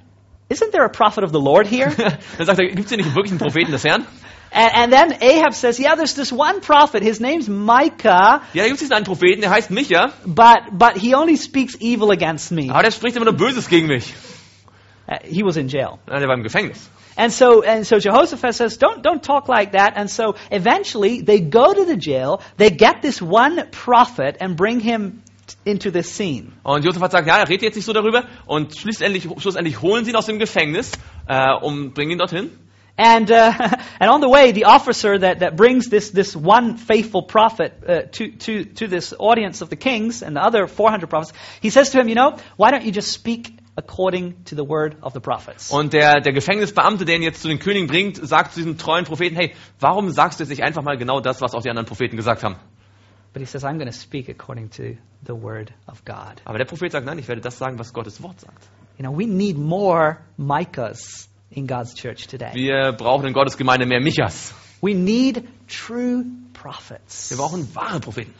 A: isn't there a prophet of the Lord here?
B: [LAUGHS] Dann sagt er, gibt es hier nicht wirklich einen Propheten des Herrn?
A: and, and then Ahab says, yeah, there's this one prophet. His name's Micah,
B: Ja, da gibt es diesen einen Propheten, der heißt Micha,
A: but, but he only speaks evil against me.
B: aber der spricht immer nur Böses gegen mich.
A: Uh, he was in jail.
B: Ja, der war im Gefängnis.
A: And so, and so Jehoshaphat says, don't, don't talk like that. And so eventually they go to the jail, they get this one prophet and bring him t- into this scene.
B: Und Josaphat sagt, ja, redet jetzt nicht so darüber. Und schlussendlich, schlussendlich holen sie ihn aus dem Gefängnis äh, und bringen ihn dorthin.
A: And, uh, [LAUGHS] and on the way, the officer that, that brings this, this one faithful prophet uh, to, to, to this audience of the kings and the other 400 prophets, he says to him, you know, why don't you just speak according to the word of the prophets?
B: Und der, der Gefängnisbeamte, der ihn jetzt zu den Königen bringt, sagt zu diesem treuen Propheten, hey, warum sagst du jetzt nicht einfach mal genau das, was auch die anderen Propheten gesagt haben?
A: But he says, I'm going to speak according to the word of God.
B: Aber der Prophet sagt, nein, ich werde das sagen, was Gottes Wort sagt.
A: You know, we need more Micahs in God's church today.
B: Wir brauchen in Gottes Gemeinde mehr Michas.
A: We need true
B: Wir
A: prophets.
B: brauchen wahre Propheten.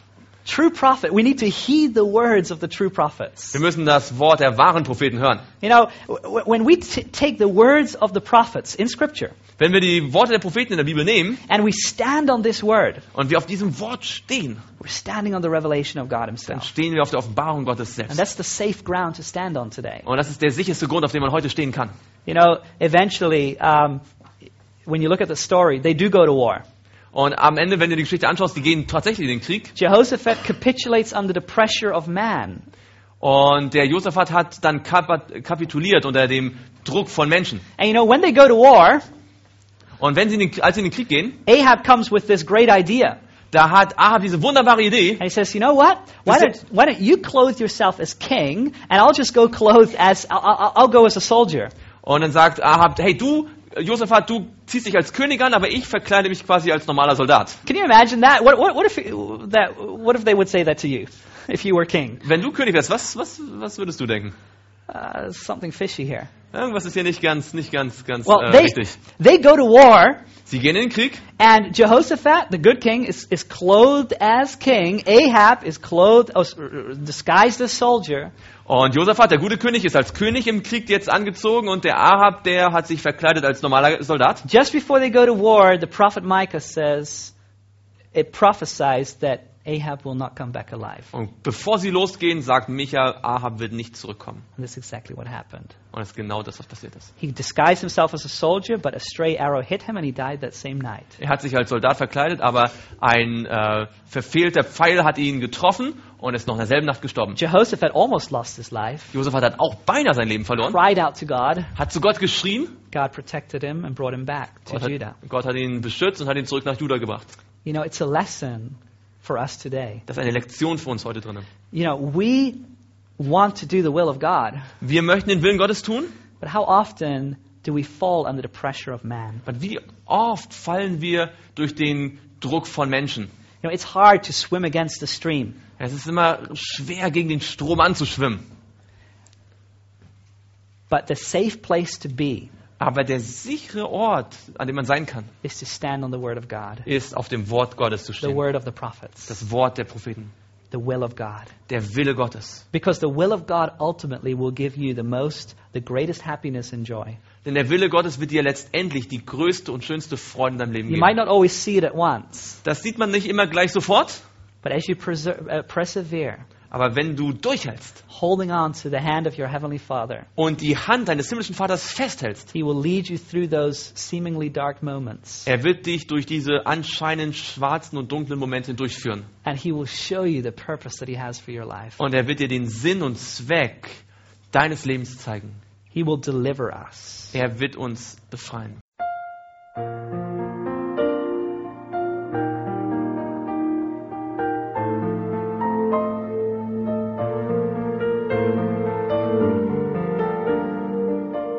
A: True prophet. We need to heed the words of the true prophets.
B: Wir müssen das Wort der wahren Propheten hören.
A: You know, w- w- when we t- take the words of the prophets in Scripture
B: Wenn wir die Worte der Propheten in der Bibel nehmen
A: and we stand on this word,
B: und wir auf diesem Wort stehen,
A: we're standing on the revelation of God
B: dann
A: Himself.
B: stehen wir auf der Offenbarung Gottes
A: And
B: selbst.
A: that's the safe ground to stand on today.
B: Und das ist der sicherste Grund, auf dem man heute stehen kann.
A: You know, eventually, um, when you look at the story, they do go to war.
B: Und am Ende, wenn du die Geschichte anschaust, die gehen tatsächlich in den Krieg.
A: Jehoshaphat capitulates under the pressure of man.
B: Und der Josaphat hat dann kap- kapituliert unter dem Druck von Menschen.
A: And you know, when they go to war,
B: Und wenn sie in den, K- als sie in den Krieg gehen,
A: Ahab comes with this great idea.
B: da hat Ahab diese wunderbare Idee.
A: And he says, you know what? Why
B: Does
A: don't, why don't you clothe yourself as king, and I'll just go clothed as, I'll, I'll, I'll go as a soldier.
B: Und dann sagt Ahab, hey du, Josaphat, du ziehst dich als König an, aber ich verkleide mich quasi als normaler Soldat.
A: Can you imagine that? What, what, what, if, you- that, what if they would say that to you, if you were king?
B: Wenn du König wärst, was, was, was würdest du denken?
A: Uh, something fishy here.
B: Irgendwas ist hier nicht ganz, nicht ganz, ganz
A: Well,
B: äh,
A: they,
B: richtig.
A: they go to war,
B: Sie gehen in den Krieg
A: and Jehoshaphat, the good king, is, is clothed as king. Ahab is clothed, as, disguised as soldier.
B: und Josaphat, der gute König, ist als König im Krieg jetzt angezogen und der Ahab, der hat sich verkleidet als normaler Soldat.
A: Just before they go to war, the prophet Micah says, it prophesies that Ahab will not come back alive.
B: Und bevor sie losgehen, sagt Micha, Ahab wird nicht zurückkommen.
A: And that's exactly what happened.
B: Und das ist genau das, was passiert ist.
A: He disguised himself as a soldier, but a stray arrow hit him and he died that same night.
B: Er hat sich als Soldat verkleidet, aber ein äh, verfehlter Pfeil hat ihn getroffen und ist noch in derselben Nacht gestorben.
A: Jehoshaphat almost lost his life,
B: Josaphat hat auch beinahe sein Leben verloren,
A: cried out to God.
B: hat zu Gott geschrien,
A: God protected him and brought him back to
B: Gott
A: Judah.
B: hat, Gott hat ihn beschützt und hat ihn zurück nach Juda gebracht.
A: You know, it's a lesson for us today.
B: Das ist eine Lektion für uns heute drin.
A: You know, we want to do the will of God,
B: Wir möchten den Willen Gottes tun,
A: but how often do we fall under the pressure of man?
B: aber wie oft fallen wir durch den Druck von Menschen?
A: You know, it's hard to swim against the stream.
B: Es ist immer schwer, gegen den Strom anzuschwimmen.
A: But the safe place to be
B: Aber der sichere Ort, an dem man sein kann,
A: is to stand on the word of God,
B: ist auf dem Wort Gottes zu
A: the
B: stehen.
A: word of the prophets,
B: Das Wort der Propheten,
A: the will of God.
B: der Wille Gottes.
A: Because the will of God ultimately will give you the most, the greatest happiness and joy.
B: Denn der Wille Gottes wird dir letztendlich die größte und schönste Freude in deinem Leben
A: You might
B: geben.
A: not always see it at once,
B: Das sieht man nicht immer gleich sofort,
A: but as you preser- uh, persevere,
B: aber wenn du durchhältst
A: holding on to the hand of your Heavenly Father,
B: und die Hand deines himmlischen Vaters festhältst,
A: He will lead you through those seemingly dark moments,
B: er wird dich durch diese anscheinend schwarzen und dunklen Momente hindurchführen.
A: and He will show you the purpose that He has for your life.
B: Und er wird dir den Sinn und Zweck deines Lebens zeigen.
A: He will deliver us.
B: Er wird uns befreien.